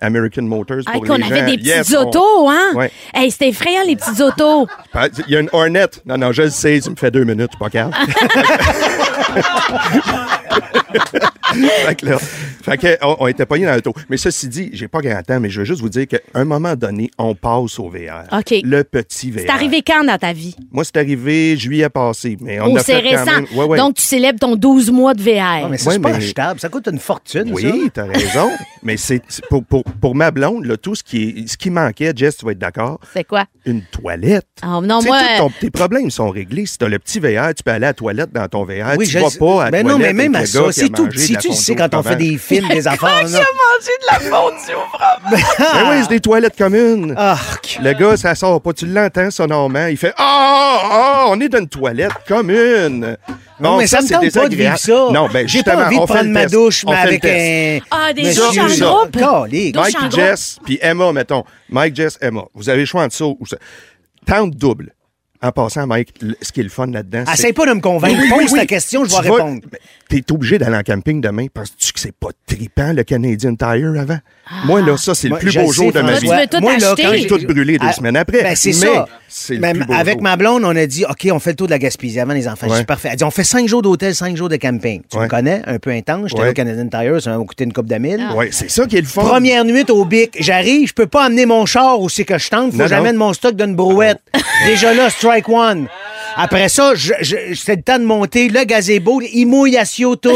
C: American Motors
D: Ah,
C: pour les
D: qu'on
C: gens.
D: avait des petites
C: Yes, on-
D: autos, hein?
C: Ouais.
D: Hey, c'était effrayant, les petites autos.
C: Ah, Il y a une Hornet. Non, non, je le sais, tu me fais deux minutes, c'est pas grave. fait que là, fait que on, on était pognés dans l'auto. Mais ceci dit, j'ai pas grand temps, mais je veux juste vous dire qu'à un moment donné, on passe au VR.
D: OK.
C: Le petit VR.
D: C'est arrivé quand dans ta vie?
C: Moi, c'est arrivé juillet passé, mais on
D: Ou
C: a
D: c'est
C: fait quand
D: récent?
C: même... Ouais, ouais.
D: Donc, tu célèbres ton 12 mois de VR.
B: Ah, mais ça,
C: Ouais,
B: c'est pas
C: mais-
B: achetable. Ça coûte une fortune, ça.
C: Oui, t'as raison. mais c'est c'est pour, pour, pour ma blonde, là, tout ce qui, est, ce qui manquait, Jess, tu vas être d'accord,
D: C'est quoi?
C: une toilette.
D: Ah, non,
C: Tu sais,
D: moi,
C: tous ton- tes problèmes sont réglés. Si t'as le petit VR, tu peux aller à la toilette dans ton VR.
B: Oui,
C: Ah, tu
B: je
C: vas
B: sais.
C: pas à la
B: Ben non, mais
C: toilette
B: même
C: avec
B: à
C: le
B: ça,
C: gars qui a
B: c'est tout
C: mangé de
B: petit.
C: la
B: Tu le sais,
C: fondue
B: quand
C: au
B: on fait
C: fromage.
B: des films, des affaires, là. Ah!
C: Ben oui, c'est des toilettes communes.
B: Arc.
C: Le gars, ça sort pas. Tu l'entends sonorement. Il fait Ah, ah, on est dans une toilette commune.
B: Non, mais ça, me
C: c'est
B: tente pas de vivre
C: désagréable.
B: ça.
C: Non, ben,
B: J'ai pas
C: justement,
B: envie de
C: on fait
B: prendre
C: le
B: ma
C: test.
B: douche,
C: On
B: mais
C: fait le
B: avec
C: test.
B: un.
D: Ah, des
B: Monsieur,
C: douches en
B: ça.
D: groupe.
B: Calique.
D: Douche
C: Mike,
D: en
C: Jess, puis Emma, mettons. Mike, Jess, Emma. Vous avez le choix entre ça ou ça. Tente double. En passant, Mike, le- ce qui est le fun là-dedans, c'est
B: Ah, Essaye pas de me convaincre.
C: Oui, oui,
B: Pose
C: oui.
B: ta question, je vais
C: Tu vas-
B: répondre.
C: Mais T'es obligé d'aller en camping demain. Penses-tu que c'est pas tripant, le Canadian Tire avant? Moi, là, ça, c'est le
B: Moi,
C: plus
B: Ben, je
C: beau
B: le
C: jour
B: sais,
C: de ma
B: François.
C: vie.
D: Tu veux tout
B: Moi, là,
D: acheter.
B: quand
D: J'ai
B: j'ai-
C: tout brûlé deux
B: Ah,
C: semaines après.
B: Ben, c'est
C: Mais
B: ça.
C: c'est le
B: Même
C: plus beau
B: avec
C: jour.
B: ma blonde, on a dit, OK, on fait le tour de la Gaspésie avant les enfants.
C: Ouais.
B: Je suis parfait. Elle dit, on fait cinq jours d'hôtel, cinq jours de camping. Tu me
C: Ouais.
B: connais? Un peu intense. J'étais
C: Ouais.
B: là au Canadian Tire, ça m'a coûté une coupe de mille.
D: Ah.
C: Ouais, c'est ça qui est le fun.
B: Première nuit au Bic, j'arrive, je peux pas amener mon char où c'est que je tente, faut
C: Non,
B: que j'amène
C: non.
B: mon stock d'une brouette. Déjà là, strike one. Après ça, je- je- c'est le temps de monter, le gazebo, il mouille à Sio tout.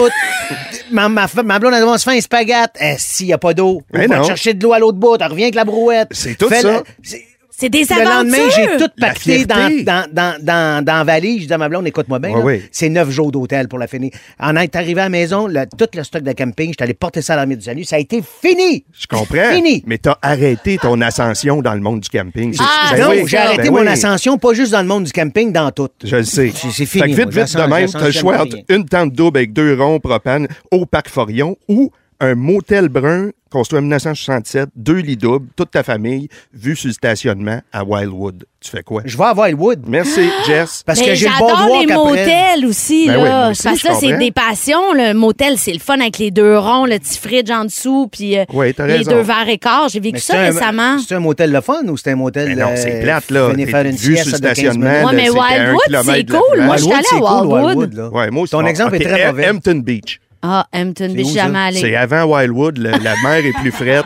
B: ma, ma, ma blonde, elle doit se faire un spaghetti. Eh, s'il y a pas d'eau,
C: Ben
B: on va
C: non.
B: chercher de l'eau à l'autre bout, elle revient avec la brouette.
C: C'est tout
B: Fais
C: ça.
B: la- c'est-
D: C'est des
B: le
D: aventures.
B: lendemain, j'ai tout
C: La
B: pacté dans,
C: fierté.
B: dans, dans, dans, dans la valise. Je dis à ma blonde, écoute-moi bien.
C: Ouais,
B: là,
C: ouais.
B: C'est neuf jours d'hôtel pour la finir. En être arrivé à la maison, le- tout le stock de camping, je suis allé porter ça à l'armée du salut. Ça a été fini.
C: Je comprends.
B: Fini.
C: Mais t'as arrêté ton ascension dans le monde du camping.
D: Ah,
C: Ben
B: non,
C: oui,
B: j'ai
C: ben
B: arrêté
C: oui.
B: mon ascension, pas juste dans le monde du camping, dans tout.
C: Je le sais.
B: C'est- c'est fini,
C: Fait que
B: moi,
C: vite, vite,
B: j'ascends-
C: de même,
B: j'ascends
C: t'as le choix
B: jamais
C: entre
B: rien.
C: une tente double avec deux ronds propane au parc Forion ou un motel brun construit en 1967, deux lits doubles, toute ta famille, vue sur le stationnement à Wildwood. Tu fais quoi?
B: Je vais à Wildwood.
C: Merci, Jess.
B: Parce
D: Mais
B: que j'ai le
D: j'adore
B: boardwalk
D: les
B: après.
D: motels aussi,
C: Ben oui,
D: là.
C: moi aussi,
D: Parce
C: je
D: que là, c'est
C: comprends.
D: des passions. Le motel, c'est le fun avec les deux ronds, le petit fridge en dessous, puis euh,
C: Ouais, t'as
D: les
C: raison.
D: deux verres et quart. J'ai vécu
B: Mais
D: ça
B: un-
D: récemment.
B: C'est un motel le fun ou c'est un motel.
C: Mais non,
B: euh,
C: c'est plate, là.
B: venez
C: T'es
B: faire une
C: vu
B: sieste
C: sur le
B: de 15 minutes?
C: stationnement,
D: Ouais, mais
C: c'était à un
D: Wildwood,
C: kilomètre
D: c'est
C: de la
D: cool. Moi,
C: plage.
D: je suis allée à
B: c'est cool,
D: Wildwood.
B: là.
C: Ouais, moi aussi.
B: Ton
C: Ah,
B: exemple
C: ok,
B: est très
C: Em-
B: mauvais.
C: Hampton Beach.
D: Ah, Hampton Beach,
B: où, ça?
D: jamais allé.
C: C'est avant Wildwood. le- la mer est plus frette.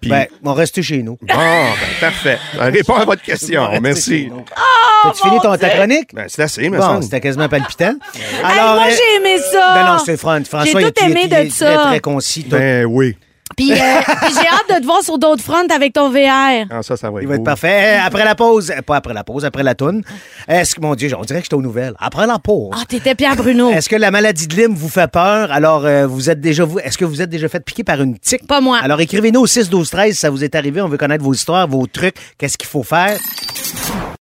C: Puis,
B: Ben, on reste chez
D: Oh,
B: nous.
C: bon, ben, parfait. Ça Répond à votre question.
B: On va rester chez
C: Merci.
B: nous. T'as-tu fini ton, ta chronique?
C: Ben, c'est assez, me
B: Bon,
C: semble.
B: c'était quasiment palpitant.
D: Hey, moi,
B: euh,
D: j'ai aimé ça.
B: Ben non, c'est Fran- François.
D: J'ai
B: il
D: tout
B: est- il est-
D: aimé
B: il est
D: de ça.
B: Très, très concis. toi.
C: Ben oui.
D: Puis euh, puis j'ai hâte de te voir sur d'autres fronts avec ton VR.
C: Ah, ça, ça va être
B: Il va être
C: beau.
B: parfait. Euh, Après la pause, euh, pas après la pause, après la toune. Est-ce que, mon Dieu, on dirait que j'étais aux nouvelles. Après la pause.
D: Ah, t'étais Pierre Bruno.
B: Est-ce que la maladie de Lyme vous fait peur? Alors, euh, vous êtes déjà vous. Est-ce que vous êtes déjà fait piquer par une tique?
D: Pas moi.
B: Alors, écrivez-nous au 6 12 13 si ça vous est arrivé. On veut connaître vos histoires, vos trucs. Qu'est-ce qu'il faut faire?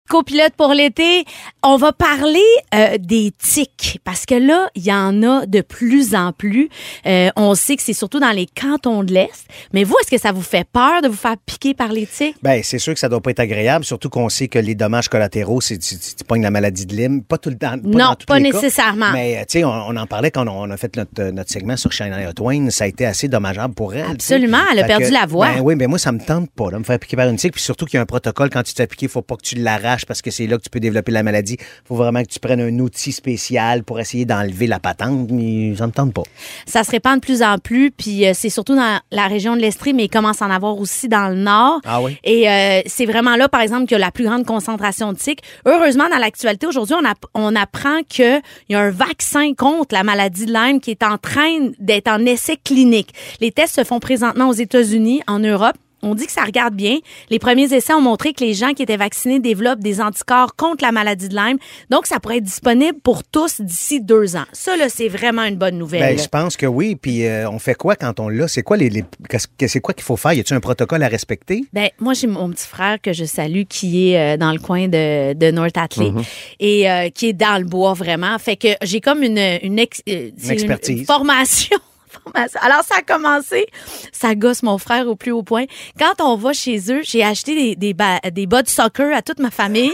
D: copilote pour l'été, on va parler euh, des tics parce que là, il y en a de plus en plus. Euh, on sait que c'est surtout dans les cantons de l'Est. Mais vous, est-ce que ça vous fait peur de vous faire piquer par les tics?
B: Ben, c'est sûr que ça doit pas être agréable, surtout qu'on sait que les dommages collatéraux, c'est tu, tu, tu pognes la maladie de Lyme, pas tout le temps. Pas
D: Non,
B: dans tous
D: pas
B: les cas.
D: nécessairement.
B: Mais euh, tu sais, on, on en parlait quand on, on a fait notre, euh, notre segment sur Shania Twain, ça a été assez dommageable pour elle. tu sais.
D: Absolument, elle a
B: Fait
D: perdu
B: que,
D: la voix.
B: Ben oui, mais moi ça me tente pas de me faire piquer par une tique, puis surtout qu'il y a un protocole quand tu t'es piqué, faut pas que tu l'arraches parce que c'est là que tu peux développer la maladie. Faut vraiment que tu prennes un outil spécial pour essayer d'enlever la patente, mais ça me tente pas.
D: Ça se répand de plus en plus, puis euh, c'est surtout dans la région de l'Estrie, mais il commence à en avoir aussi dans le Nord.
B: Ah oui?
D: Et euh, c'est vraiment là, par exemple, qu'il y a la plus grande concentration de tiques. Heureusement, dans l'actualité, aujourd'hui, on, app- on apprend qu'il y a un vaccin contre la maladie de Lyme qui est en train d'être en essai clinique. Les tests se font présentement aux États-Unis, en Europe. on dit que ça regarde bien. Les premiers essais ont montré que les gens qui étaient vaccinés développent des anticorps contre la maladie de Lyme. Donc, ça pourrait être disponible pour tous d'ici deux ans. Ça, là, c'est vraiment une bonne nouvelle.
B: Ben, je pense que oui. Puis euh, on fait quoi quand on l'a? C'est quoi les, les- qu'est-ce que- c'est quoi qu'il faut faire? Y a-t-il un protocole à respecter?
D: Ben, moi, j'ai mon petit frère que je salue qui est euh, dans le coin de, de North Atlee
B: Mhm.
D: et euh, qui est dans le bois vraiment. Fait que j'ai comme une, une, ex- euh, c'est
B: expertise.
D: formation. Formation. Alors, ça a commencé. Ça gosse mon frère au plus haut point. Quand on va chez eux, j'ai acheté des, des, ba- des bas de soccer à toute ma famille.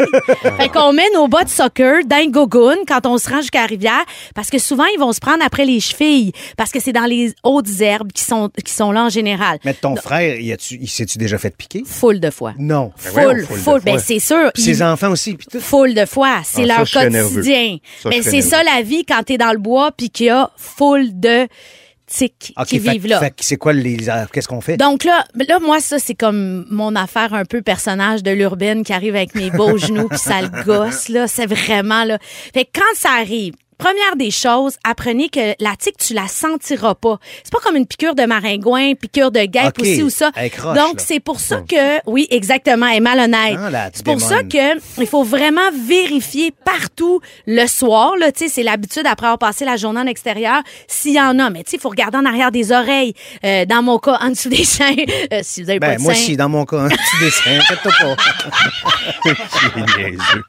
D: fait qu'on met nos bas de soccer dans les gogoons quand on se rend jusqu'à la rivière. Parce que souvent, ils vont se prendre après les chevilles. Parce que c'est dans les hautes herbes qui sont, qui sont là en général.
B: Mais ton frère, y a-tu- il s'est-tu déjà fait piquer?
D: Foule de fois.
B: Non.
D: Full,
C: voyons, full de
D: full. Ben,
C: fois.
D: c'est sûr.
B: Puis
D: ils-
B: ses enfants aussi. Puis tout.
D: Full de fois. C'est
C: Ah, ça,
D: leur
C: je serais nerveux.
D: quotidien.
C: Ça, je
D: Mais
C: serais
D: c'est ça la vie quand t'es dans le bois puis qu'il y a full de tics
B: OK,
D: qui
B: fait-
D: vivent là.
B: fait que c'est quoi les. ah, Qu'est-ce qu'on fait?
D: Donc là, là, moi, ça, c'est comme mon affaire un peu personnage de l'urbaine qui arrive avec mes beaux genoux puis ça le gosse, là. C'est vraiment, là. Fait que quand ça arrive, Première des choses, apprenez que la tique, tu la sentiras pas. C'est pas comme une piqûre de maringouin, piqûre de guêpe
B: OK,
D: aussi ou ça.
B: elle croche,
D: Donc,
B: là.
D: c'est pour ça que, oui, exactement, elle est malhonnête.
B: Ah, la
D: c'est pour ça
B: démon.
D: que que il faut vraiment vérifier partout le soir. Là, tu sais, c'est l'habitude après avoir passé la journée en extérieur, s'il y en a. Mais tu sais, il faut regarder en arrière des oreilles. Euh, dans mon cas, en dessous des chaînes, euh, si vous avez pas
B: Ben,
D: de
B: moi
D: seins.
B: aussi, dans mon cas, un petit dessin. Faites-toi pas.
C: Il est niaiseux.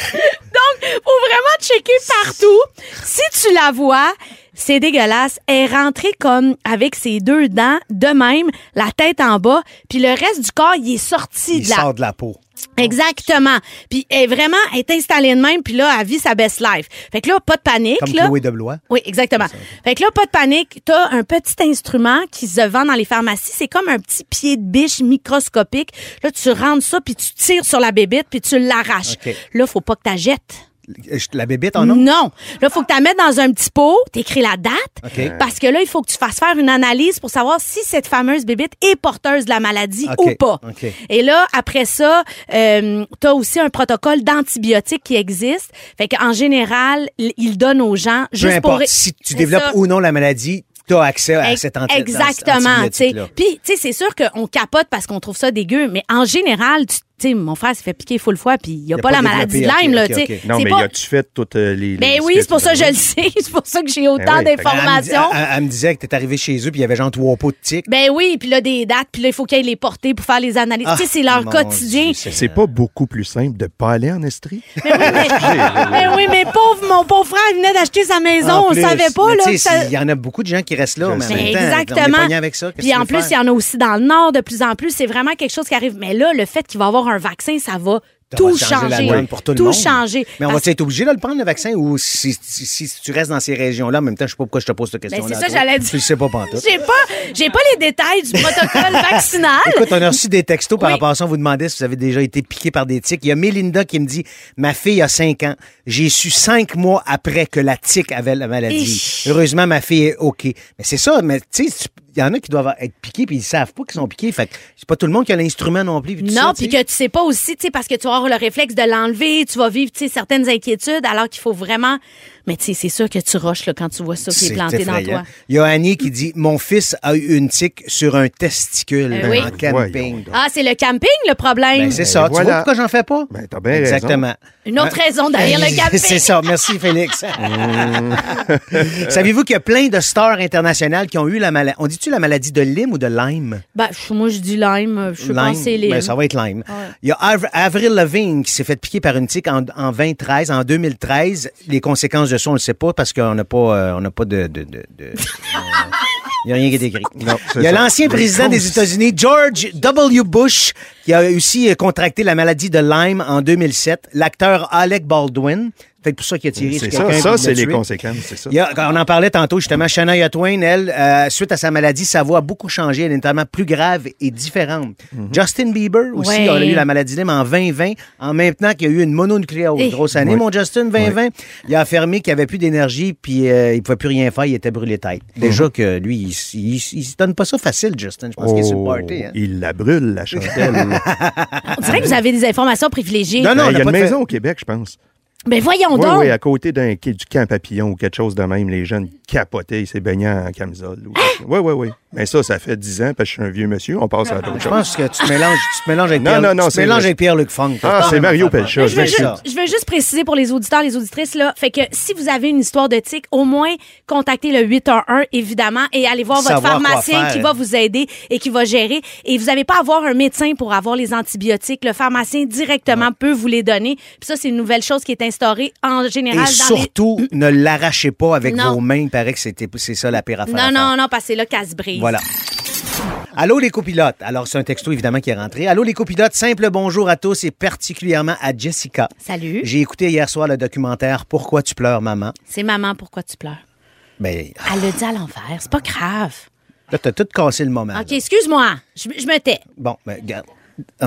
D: faut vraiment checker partout. Si tu la vois, c'est dégueulasse. Elle est rentrée comme avec ses deux dents, de même, la tête en bas, puis le reste du corps, il est sorti
B: Il
D: de la
B: sort de la peau.
D: Exactement. Puis elle est vraiment elle est installée de même, puis là, elle vit sa best life. Fait que là, pas de panique.
B: Comme
D: là.
B: Chloé de Blois.
D: Oui, exactement. Fait que là, pas de panique. T'as un petit instrument qui se vend dans les pharmacies. C'est comme un petit pied de biche microscopique. Là, tu rentres ça, puis tu tires sur la bébite, puis tu l'arraches.
B: OK. Ah
D: Là, faut pas que tu jettes.
B: Euh, La bébête en nom?
D: Non. Là, faut que tu la mettes dans un petit pot, t'écris la date,
B: OK.
D: parce que là, il faut que tu fasses faire une analyse pour savoir si cette fameuse bébite est porteuse de la maladie
B: OK.
D: ou pas.
B: OK.
D: Et là, après ça, euh, tu as aussi un protocole d'antibiotiques qui existe. Fait qu'en général, il- il donne aux gens
B: Peu
D: juste
B: importe
D: pour...
B: si tu
D: C'est
B: développes
D: ça.
B: ou non la maladie, tu as accès à
D: Ex-
B: cette anti
D: Exactement, tu sais.
B: antibiotique-là.
D: Puis, tu sais, c'est sûr qu'on capote parce qu'on trouve ça dégueu, mais en général, tu tu sais, mon frère s'est fait piquer full fois, puis il n'y a, pas, la
B: développé,
D: maladie de
B: ok,
D: Lyme, là,
B: ok,
D: tu sais.
B: ok.
C: Non,
D: C'est
C: mais
D: pas-
C: y a-tu fait toutes euh, les.
D: Ben
C: les-
D: oui, c'est pour ça que je le
C: Ben
D: sais, c'est pour ça que j'ai autant
C: oui, fait que-
B: Elle me dis-
D: d'informations.
B: Elle, elle me disait que t'es arrivé chez eux, puis il y avait genre trois pots de tic.
D: Ben oui, puis là, des dates, puis là, il faut qu'elle les porter pour faire les analyses.
B: Ah,
D: tu sais, c'est leur quotidien.
C: C'est pas beaucoup plus simple de pas aller en Estrie?
D: Mais oui, mais, mais Ben oui, mais pauvre, mon pauvre frère, il venait d'acheter sa maison, on le savait pas, là. que ça-
B: Il y en a beaucoup de gens qui restent là, mais en
C: sais.
B: même
D: Mais
B: temps, on est
D: exactement.
B: pognés avec ça. qu'est-ce
D: Puis
B: que
D: en
B: tu veux
D: plus, il y
B: faire?
D: en a aussi dans le Nord de plus en plus. C'est vraiment quelque chose qui arrive. Mais là, le fait qu'il va avoir un vaccin,
B: Ça
D: ça va
B: va
D: tout
B: changer la
D: changer.
B: donne pour tout, le monde.
D: changer.
B: Mais on
D: Parce-
B: va être obligé de le prendre, le vaccin, ou si, si- si tu restes dans ces régions-là, en même temps, je sais pas pourquoi je te pose cette
D: Ben,
B: question-là.
D: c'est ça,
B: toi.
D: j'allais dire.
B: Tu le sais pas, pantoute.
D: J'ai pas, j'ai pas les détails du protocole vaccinal.
B: Écoute, on a reçu des textos par
D: Oui.
B: rapport à ça. On vous demandait si vous avez déjà été piqué par des tiques. Il y a Melinda qui me dit Ma fille a 5 ans. J'ai su 5 mois après que la tique avait la maladie.
D: Ich.
B: Heureusement, ma fille est OK. Mais c'est ça, mais tu sais, tu- il y en a qui doivent être piqués puis ils savent pas qu'ils sont piqués. Fait que c'est pas tout le monde qui a l'instrument non plus. puis tout
D: Non,
B: ça,
D: puis
B: tu sais.
D: que tu sais pas aussi, tu sais, parce que tu vas avoir le réflexe de l'enlever, tu vas vivre, tu sais, certaines inquiétudes, alors qu'il faut vraiment. Mais tu sais, c'est sûr que tu roches là, quand tu vois ça qui est
B: C'est
D: planté dans
B: effrayant.
D: toi.
B: Il y a Annie qui dit Mon fils a eu une tique sur un testicule
D: Euh, oui.
B: en camping.
D: Ah, c'est le camping le problème.
B: Ben, c'est ça. Tu
C: voilà.
B: vois pourquoi j'en fais pas?
C: Ben, t'as bien raison.
B: Exactement.
D: Une autre raison derrière le camping.
B: C'est ça, merci Félix.
C: Mm.
B: Savez-vous qu'il y a plein de stars internationales qui ont eu la maladie. On dit-tu la maladie de Lyme ou de Lyme?
D: Ben, je- moi, je dis lime, je
B: Lyme,
D: pense que c'est les.
B: ben, ça va être Lyme. Il y a Av- Avril Lavigne qui s'est fait piquer par une tique en, en 2013, en 2013. Les conséquences de ça, on ne le sait pas parce qu'on n'a pas, euh, on n'a pas de. de- de- de- Il n'y a rien qui est écrit.
C: c'est
B: Il y a
C: ça.
B: l'ancien
C: Les
B: président des
C: cons-
B: États-Unis, George W. Bush, qui a aussi euh, contracté la maladie de Lyme en 2007. L'acteur Alec Baldwin, peut-être pour ça qu'il a tiré sur
C: C'est ça,
B: quelqu'un
C: ça
B: qui l'a
C: c'est les
B: tué.
C: conséquences, c'est ça.
B: Il y a- on en parlait tantôt, justement, Shania Twain, elle, euh, suite à sa maladie, sa voix a beaucoup changé, elle est notamment plus grave et différente.
C: Mhm.
B: Justin Bieber aussi
D: Ouais.
B: a eu la maladie de Lyme en 2020, en même temps qu'il y a eu une mononucléose.
D: Eh.
B: Grosse année, mon Justin, 2020. Il a affirmé qu'il avait plus d'énergie, puis euh, il pouvait plus rien faire, il était brûlé tête.
C: Mhm.
B: Déjà que lui, il, s- il s- il se donne pas ça facile, Justin. Je pense qu'il est sur le
C: Oh,
B: party. hein.
C: Il la brûle, la chandelle.
D: On dirait que vous avez des informations privilégiées.
B: Non, non,
C: Ben,
B: on
C: il y
B: n'a
C: a
B: pas
C: une
B: de-
C: maison au Québec, je pense.
D: Ben voyons
C: Oui,
D: donc.
C: oui, à côté d'un quai du camp papillon ou quelque chose de même, les jeunes capotaient, ils s'est baignaient en camisole. ou- Oui, oui, oui. Mais ça, ça fait 10 ans, parce que je suis un vieux monsieur, on
D: Ah,
C: passe à
D: ben,
C: d'autres
B: Je
C: choses.
B: pense que tu te mélanges, tu te mélanges avec
C: Non,
B: Pierre,
C: non, non,
B: tu te
C: c'est
B: mélanges
C: vrai.
B: avec Pierre-Luc Funk.
C: Ah, c'est Mario Pelcha,
B: Je
C: je
D: Je veux,
C: m'excuse.
B: ça.
D: juste, je veux juste préciser pour les auditeurs, les auditrices, là, fait que si vous avez une histoire de tic, au moins contactez le 811, évidemment, et allez voir votre
B: Savoir quoi
D: pharmacien
B: faire.
D: qui va vous aider et qui va gérer. Et vous n'avez pas à avoir un médecin pour avoir les antibiotiques. Le pharmacien directement peut vous les donner. Puis ça, c'est une nouvelle chose qui est instaurée en général
B: Et
D: dans les...
B: surtout, ne l'arrachez pas avec
D: Non.
B: vos mains. Il paraît que c'était- c'est ça la pire affaire. à
D: Non,
B: faire.
D: non, non, parce que c'est là qu'elle se brise.
B: Voilà. Allô les copilotes. Alors c'est un texto évidemment qui est rentré. Allô les copilotes, simple bonjour à tous et particulièrement à Jessica.
D: Salut.
B: J'ai écouté hier soir le documentaire Pourquoi tu pleures maman.
D: C'est maman, pourquoi tu pleures?
B: Ben
D: Elle le dit à l'envers. C'est pas grave.
B: là t'as tout cassé le moment.
D: OK,
B: là.
D: excuse-moi. Je, je me tais.
B: Bon, ben regarde. Oh.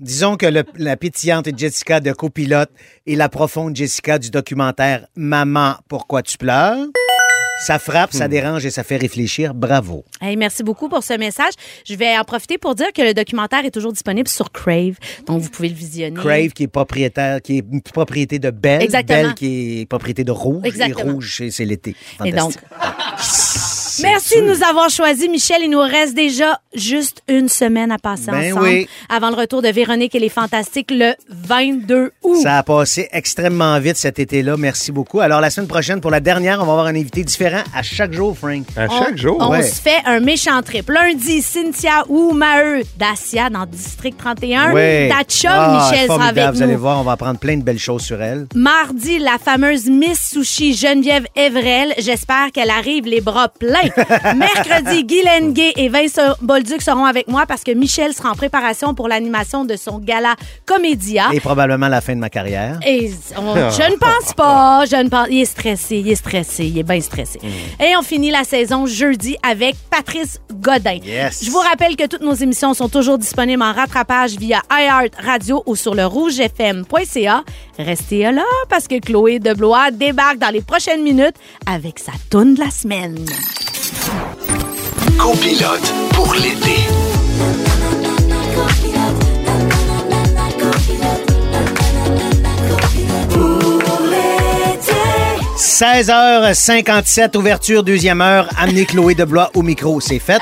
B: Disons que le- la pétillante Jessica de copilote et la profonde Jessica du documentaire Maman, pourquoi tu pleures, ça frappe, ça dérange et ça fait réfléchir. Bravo.
D: Hey, merci beaucoup pour ce message. Je vais en profiter pour dire que le documentaire est toujours disponible sur Crave, donc vous pouvez le visionner.
B: Mm-hmm. Crave qui est propriétaire, qui est une propriété de Belle.
D: Exactement.
B: Belle qui est propriété de Rouge. Et
D: Exactement.
B: Rouge, c'est- c'est l'été.
D: Et donc,
B: Fantastique.
D: merci de nous avoir choisis, Michel. Il nous reste déjà juste une semaine à passer
B: Ben
D: ensemble
B: oui.
D: avant le retour de Véronique et les Fantastiques le 22 août.
B: Ça a passé extrêmement vite cet été-là. Merci beaucoup. Alors, la semaine prochaine, pour la dernière, on va avoir un invité différent à chaque jour, Frank.
C: À
D: On-
C: chaque jour.
D: On
B: ouais.
D: se fait un méchant trip. Lundi, Cynthia ou Maheu d'Asia dans District 31.
B: Ouais.
D: Ta chum,
B: Ah,
D: Michel, sera
B: formidable.
D: avec
B: Vous allez
D: nous.
B: voir, on va apprendre plein de belles choses sur elle.
D: Mardi, la fameuse Miss Sushi Geneviève Evrel. J'espère qu'elle arrive les bras pleins. Mercredi, Guylaine Gay et Vincent Bolduc seront avec moi parce que Michel sera en préparation pour l'animation de son gala Comédia.
B: Et probablement la fin de ma carrière.
D: Et on- je ne pense pas. Je ne pense. Il est stressé, il est stressé, il est bien stressé. Et on finit la saison jeudi avec Patrice Godin.
B: Yes.
D: Je vous rappelle que toutes nos émissions sont toujours disponibles en rattrapage via iHeart Radio ou sur le rougefm.ca. Restez là parce que Chloé de Blois débarque dans les prochaines minutes avec sa toune de la semaine.
A: Copilote pour l'été.
E: Copilote.
B: 16h57, ouverture, deuxième heure. Amenez Chloé de Blois au micro, c'est fait.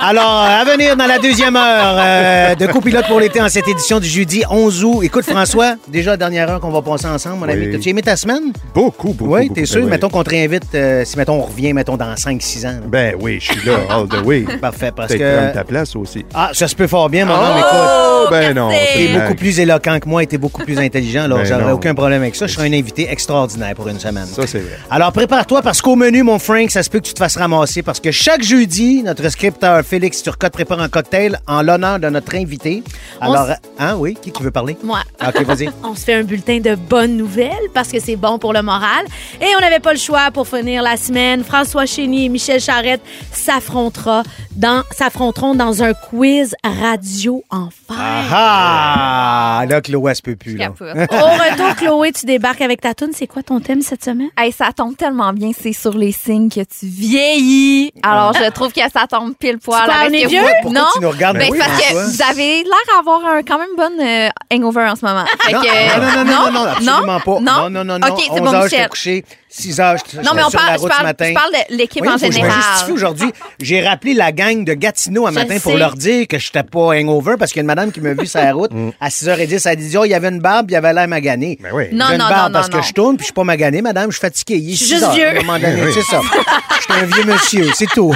B: Alors, euh, à venir dans la deuxième heure euh, de Copilote pour l'été en cette édition du jeudi 11 août. Écoute, François, déjà dernière heure qu'on va passer ensemble, mon ami.
C: Oui.
B: T'as-tu aimé ta semaine?
C: Beaucoup, beaucoup.
B: Oui,
C: beaucoup, ben
B: t'es sûr?
C: oui.
B: Mettons qu'on te réinvite, euh, si mettons on revient, mettons dans 5-6 ans. là.
C: Ben oui, je suis là, all the way.
B: Parfait, parce
C: Peut-être
B: que-
C: prendre ta place aussi.
B: Ah, ça se peut fort bien, mon homme, écoute.
C: Oh, ben non.
B: T'es
C: c'est une
B: beaucoup
C: blague.
B: plus éloquent que moi et t'es beaucoup plus intelligent, alors
C: Ben
B: j'aurais
C: non.
B: aucun problème avec ça. Je serai un invité extraordinaire pour une semaine.
C: Ça, c'est vrai.
B: Alors prépare-toi parce qu'au menu, mon Frank, ça se peut que tu te fasses ramasser parce que chaque jeudi, notre scripteur Félix Turcotte prépare un cocktail en l'honneur de notre invité.
D: On
B: Alors,
D: s-
B: hein, oui, qui, qui veut parler?
D: Moi.
B: Ah, OK, vas-y.
D: On se fait un bulletin de bonnes nouvelles parce que c'est bon pour le moral. Et on n'avait pas le choix pour finir la semaine. François Chénier et Michel Charrette s'affrontera dans, s'affronteront dans un quiz radio en
B: Ah,
D: fer.
B: ah, là, Chloé, elle se peut plus.
F: Je
B: là.
F: capote.
D: Au retour, Chloé, tu débarques avec ta toune. C'est quoi ton thème cette semaine?
F: Hey, ça tombe tellement bien, c'est sur les signes que tu vieillis. Alors, je trouve que ça tombe pile poil.
D: C'est quoi, on
F: avec
D: est
F: que
D: vieux?
F: vous-
B: Pourquoi
F: non.
B: tu nous regardes?
F: Ben,
B: Ben oui,
F: parce
B: François.
F: que vous avez l'air d'avoir un quand même bon euh, hangover en ce moment. Fait
B: Non,
F: que-
B: non, non, non, non, non, absolument pas. Non, non, non, non.
F: euh, OK, c'est
B: 11
F: bon,
B: heures, j'étais
F: Michel.
B: couché. 6 heures, j'étais
F: Non, mais
B: j'étais
F: on
B: sur la
F: parle, je
B: route ce
F: parle,
B: matin.
F: je parle de l'équipe
B: Oui,
F: en
B: faut que je me
F: général.
B: justifie aujourd'hui. J'ai rappelé la gang de Gatineau un matin
D: le
B: pour
D: sais.
B: leur dire que je n'étais pas hangover parce qu'il y a une madame qui m'a vu sur la route à 6h10. Elle a dit Oh, il y avait une barbe, il y avait l'air magané.
C: Mm. Ben oui.
F: Non,
B: J'ai une
F: non,
B: barbe
F: non,
B: parce
F: non,
B: que
F: non.
B: je tourne puis je suis pas magané, madame, je suis fatigué. Il est
D: suis
B: 6
D: juste
B: heures,
D: vieux.
B: à un moment donné, c'est ça. Je suis un vieux monsieur, c'est tout.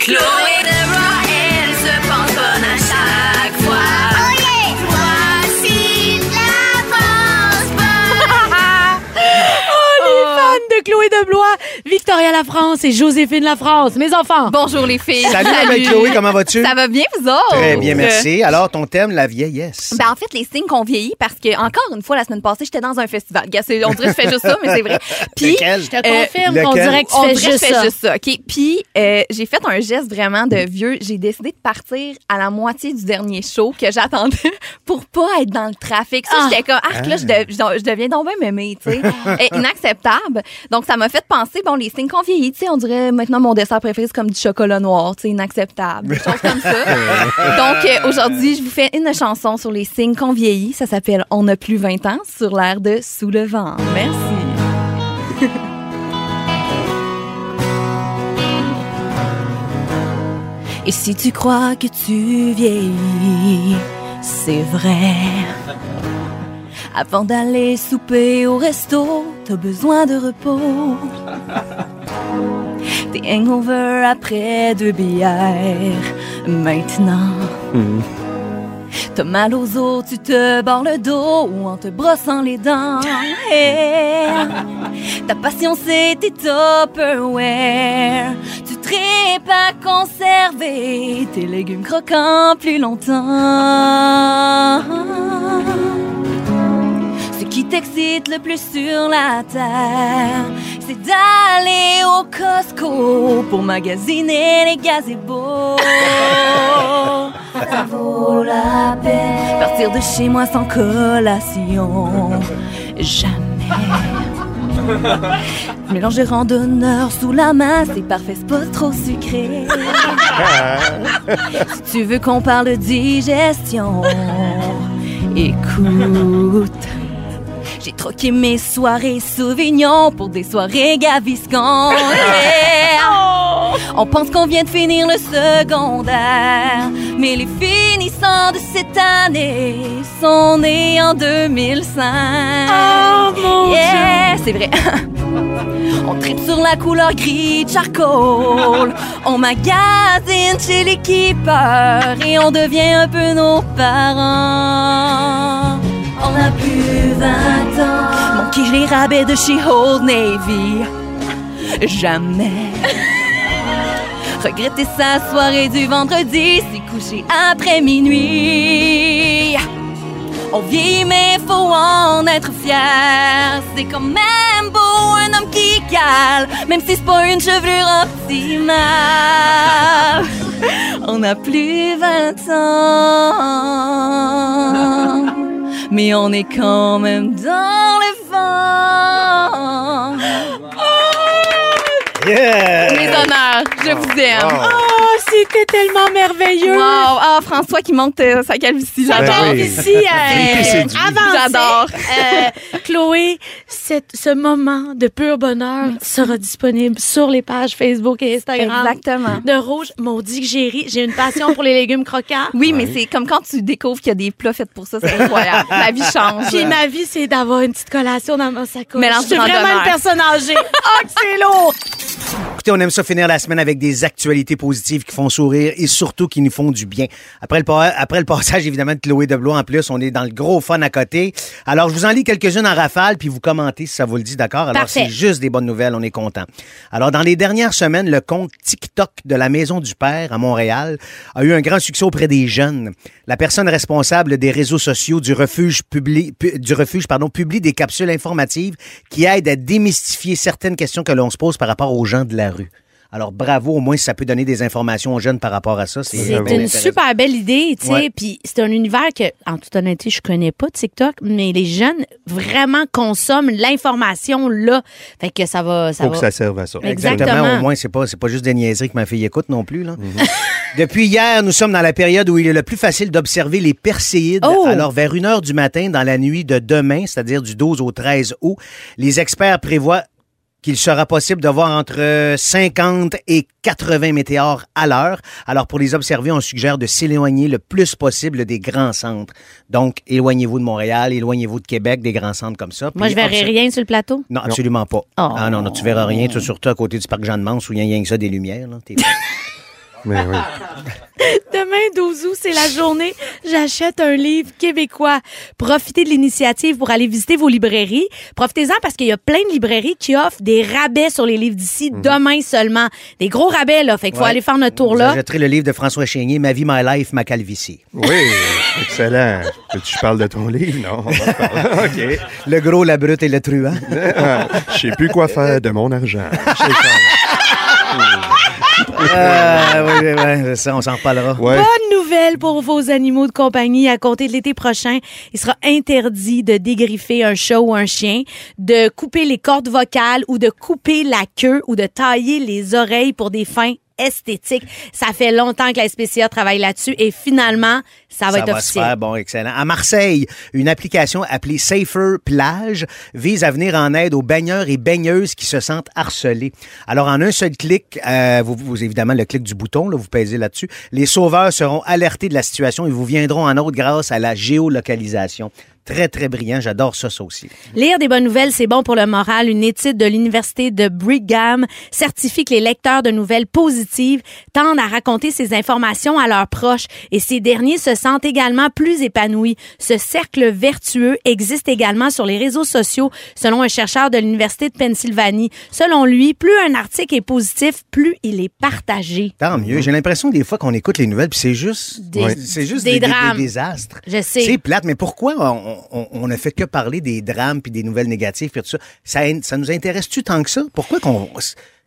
E: Chloé Debra, elle se pense bonne à chaque fois. Voici la pense
D: Fan de Chloé de Blois, Victoria La France et Joséphine La France. Mes enfants.
F: Bonjour les filles.
B: Salut, ma belle Chloé, comment vas-tu?
F: Ça va bien, vous autres? Euh,
B: Très bien, merci. Alors, ton thème, la vieillesse.
F: Ben, en fait, les signes qu'on vieillit, parce que, encore une fois, la semaine passée, j'étais dans un festival. Gars, c'est- On dirait que je fais juste ça, mais c'est vrai. Puis,
B: Lequel?
D: Je te confirme qu'on
B: lequel?
D: dirait que
F: euh, on
D: tu fais
F: dirait que
D: juste
F: je fais
D: ça.
F: juste ça. OK. Puis, euh, j'ai fait un geste vraiment de vieux. J'ai décidé de partir à la moitié du dernier show que j'attendais pour pas être dans le trafic. Ça,
D: Ah.
F: j'étais comme, arc, là, je, de- je- je deviens donc bien mémé, tu sais. Euh, Inacceptable. Donc, ça m'a fait penser, bon, les signes qu'on vieillit, tu sais, on dirait maintenant mon dessert préféré, c'est comme du chocolat noir, tu sais, inacceptable, des choses comme ça. Donc, euh, aujourd'hui, je vous fais une chanson sur les signes qu'on vieillit. Ça s'appelle On n'a plus 20 ans sur l'air de Sous le vent. Merci. Et si tu crois que tu vieillis, c'est vrai. Avant d'aller souper au resto, t'as besoin de repos. T'es hangover après deux bières, maintenant. T'as mal aux os, tu te barres le dos ou en te brossant les dents. Hey. Ta passion, c'est tes Tupperware. Tu tripes à conserver tes légumes croquants plus longtemps. Ce qui t'excite le plus sur la terre, c'est d'aller au Costco pour magasiner les gazebos. Ça vaut la peine. Partir de chez moi sans collation, jamais. Mélange de randonneur sous la main, c'est parfait, c'est pas trop sucré. si tu veux qu'on parle de digestion, écoute. J'ai troqué mes soirées Sauvignon pour des soirées
D: Oh!
F: Gaviscon. Yeah. On pense qu'on vient de finir le secondaire, mais les finissants de cette année sont nés en 2005.
D: Oh mon
F: Yeah, c'est vrai. On tripe sur la couleur gris de charcoal. On magasine chez les keepers et on devient un peu nos parents. On a plus 20 ans. Mon qui les rabais de chez Old Navy. Jamais. Regretter sa soirée du vendredi, s'est couché après minuit. On vieillit, mais faut en être fier. C'est quand même beau un homme qui cale, même si c'est pas une chevelure optimale. On a plus 20 ans, mais on est quand même dans le vent. Ben,
B: Yeah!
F: Les honneurs, je vous aime.
D: Oh, c'était tellement merveilleux.
F: Wow! Ah, François qui monte euh, sa calvitie.
D: Ça
F: J'adore.
D: tombe
C: oui.
D: ici. euh,
C: Vérité, c'est du-
D: J'adore.
F: J'adore.
D: Chloé, cette- ce moment de pur bonheur sera disponible sur les pages Facebook et Instagram.
F: Exactement.
D: De rouge, maudit que j'ai ri. J'ai une passion pour les légumes croquants.
F: Oui, mais c'est comme quand tu découvres qu'il y a des plats faits pour ça, c'est incroyable. La vie change.
D: Puis ma vie, c'est d'avoir une petite collation dans ma sacoche.
F: Mélange
D: Je suis
F: de
D: vraiment
F: randonneur.
D: une personne âgée. Ah, que c'est lourd!
B: Écoutez, on aime ça finir la semaine avec des actualités positives qui font sourire et surtout qui nous font du bien. Après le, pa- après le passage, évidemment, de Chloé Deblois, en plus, on est dans le gros fun à côté. Alors, je vous en lis quelques-unes en rafale, puis vous commentez si ça vous le dit, d'accord? Alors,
D: Parfait.
B: c'est juste des bonnes nouvelles, on est content. Alors, dans les dernières semaines, le compte TikTok de la Maison du Père à Montréal a eu un grand succès auprès des jeunes. La personne responsable des réseaux sociaux du refuge, publie- pu- du refuge pardon, publie des capsules informatives qui aident à démystifier certaines questions que l'on se pose par rapport aux gens de la rue. Alors, bravo, au moins, si ça peut donner des informations aux jeunes par rapport à ça. C'est
D: C'est
B: bien
D: une
B: intéressant.
D: super belle idée, tu sais.
B: Ouais.
D: Puis c'est un univers que, en toute honnêteté, je connais pas TikTok, mais les jeunes vraiment consomment l'information là. Fait que ça va, ça
C: Faut
D: va.
C: que ça serve à ça.
D: Exactement.
B: Au moins, c'est pas, c'est pas juste des niaiseries que ma fille écoute non plus. Là. Depuis hier, nous sommes dans la période où il est le plus facile d'observer les perséides.
D: Oh!
B: Alors, vers 1 h du matin, dans la nuit de demain, c'est-à-dire du 12 au 13 août, les experts prévoient qu'il sera possible de voir entre 50 et 80 météores à l'heure. Alors, pour les observer, on suggère de s'éloigner le plus possible des grands centres. Donc, éloignez-vous de Montréal, éloignez-vous de Québec, des grands centres comme ça.
D: Moi,
B: Puis
D: je verrai
B: obser-
D: rien sur le plateau.
B: non, absolument pas.
D: Oh.
B: Ah non, non, tu verras rien, tu- surtout à côté du parc Jeanne-Mance où il y a rien que ça des lumières. là. T'es-
C: Mais oui.
D: Demain, 12 août, c'est la journée. J'achète un livre québécois. Profitez de l'initiative pour aller visiter vos librairies. Profitez-en parce qu'il y a plein de librairies qui offrent des rabais sur les livres d'ici demain seulement. Des gros rabais, là. Fait qu'il faut
B: Ouais.
D: aller faire notre tour
B: Vous
D: là.
B: achèterez le livre de François Chénier, Ma vie, my life, ma calvitie.
C: Oui, excellent. Tu parles de ton livre? Non. on va parler. OK.
B: Le gros, la brute et le truand.
C: Ah, Je sais plus quoi faire de mon argent. Je sais pas.
B: Euh, oui, oui, oui, c'est ça, on s'en reparlera.
C: Ouais.
D: Bonne nouvelle pour vos animaux de compagnie. À compter de l'été prochain, il sera interdit de dégriffer un chat ou un chien, de couper les cordes vocales ou de couper la queue ou de tailler les oreilles pour des fins esthétiques. Ça fait longtemps que la SPCA travaille là-dessus et finalement, ça va
B: Ça
D: être
B: va se
D: officiel.
B: faire, bon, excellent. À Marseille, une application appelée Safer Plage vise à venir en aide aux baigneurs et baigneuses qui se sentent harcelés. Alors, en un seul clic, euh, vous, vous- évidemment, le clic du bouton, là, vous pèsez là-dessus, les sauveurs seront alertés de la situation et vous viendront en aide grâce à la géolocalisation. Très, très brillant. J'adore ça, ça aussi.
D: Lire des bonnes nouvelles, c'est bon pour le moral. Une étude de l'Université de Brigham certifie que les lecteurs de nouvelles positives tendent à raconter ces informations à leurs proches et ces derniers se sentent également plus épanouis. Ce cercle vertueux existe également sur les réseaux sociaux, selon un chercheur de l'Université de Pennsylvanie. Selon lui, plus un article est positif, plus il est partagé.
B: Tant mieux. J'ai l'impression des fois qu'on écoute les nouvelles, puis c'est juste
D: Des-
B: ouais. c'est juste
D: des
B: des, des- des
D: drames.
B: désastres.
D: Je sais.
B: C'est plate, mais pourquoi on, on- on ne fait que parler des drames puis des nouvelles négatives puis tout ça? Ça, ça nous intéresse-tu tant que ça? Pourquoi qu'on...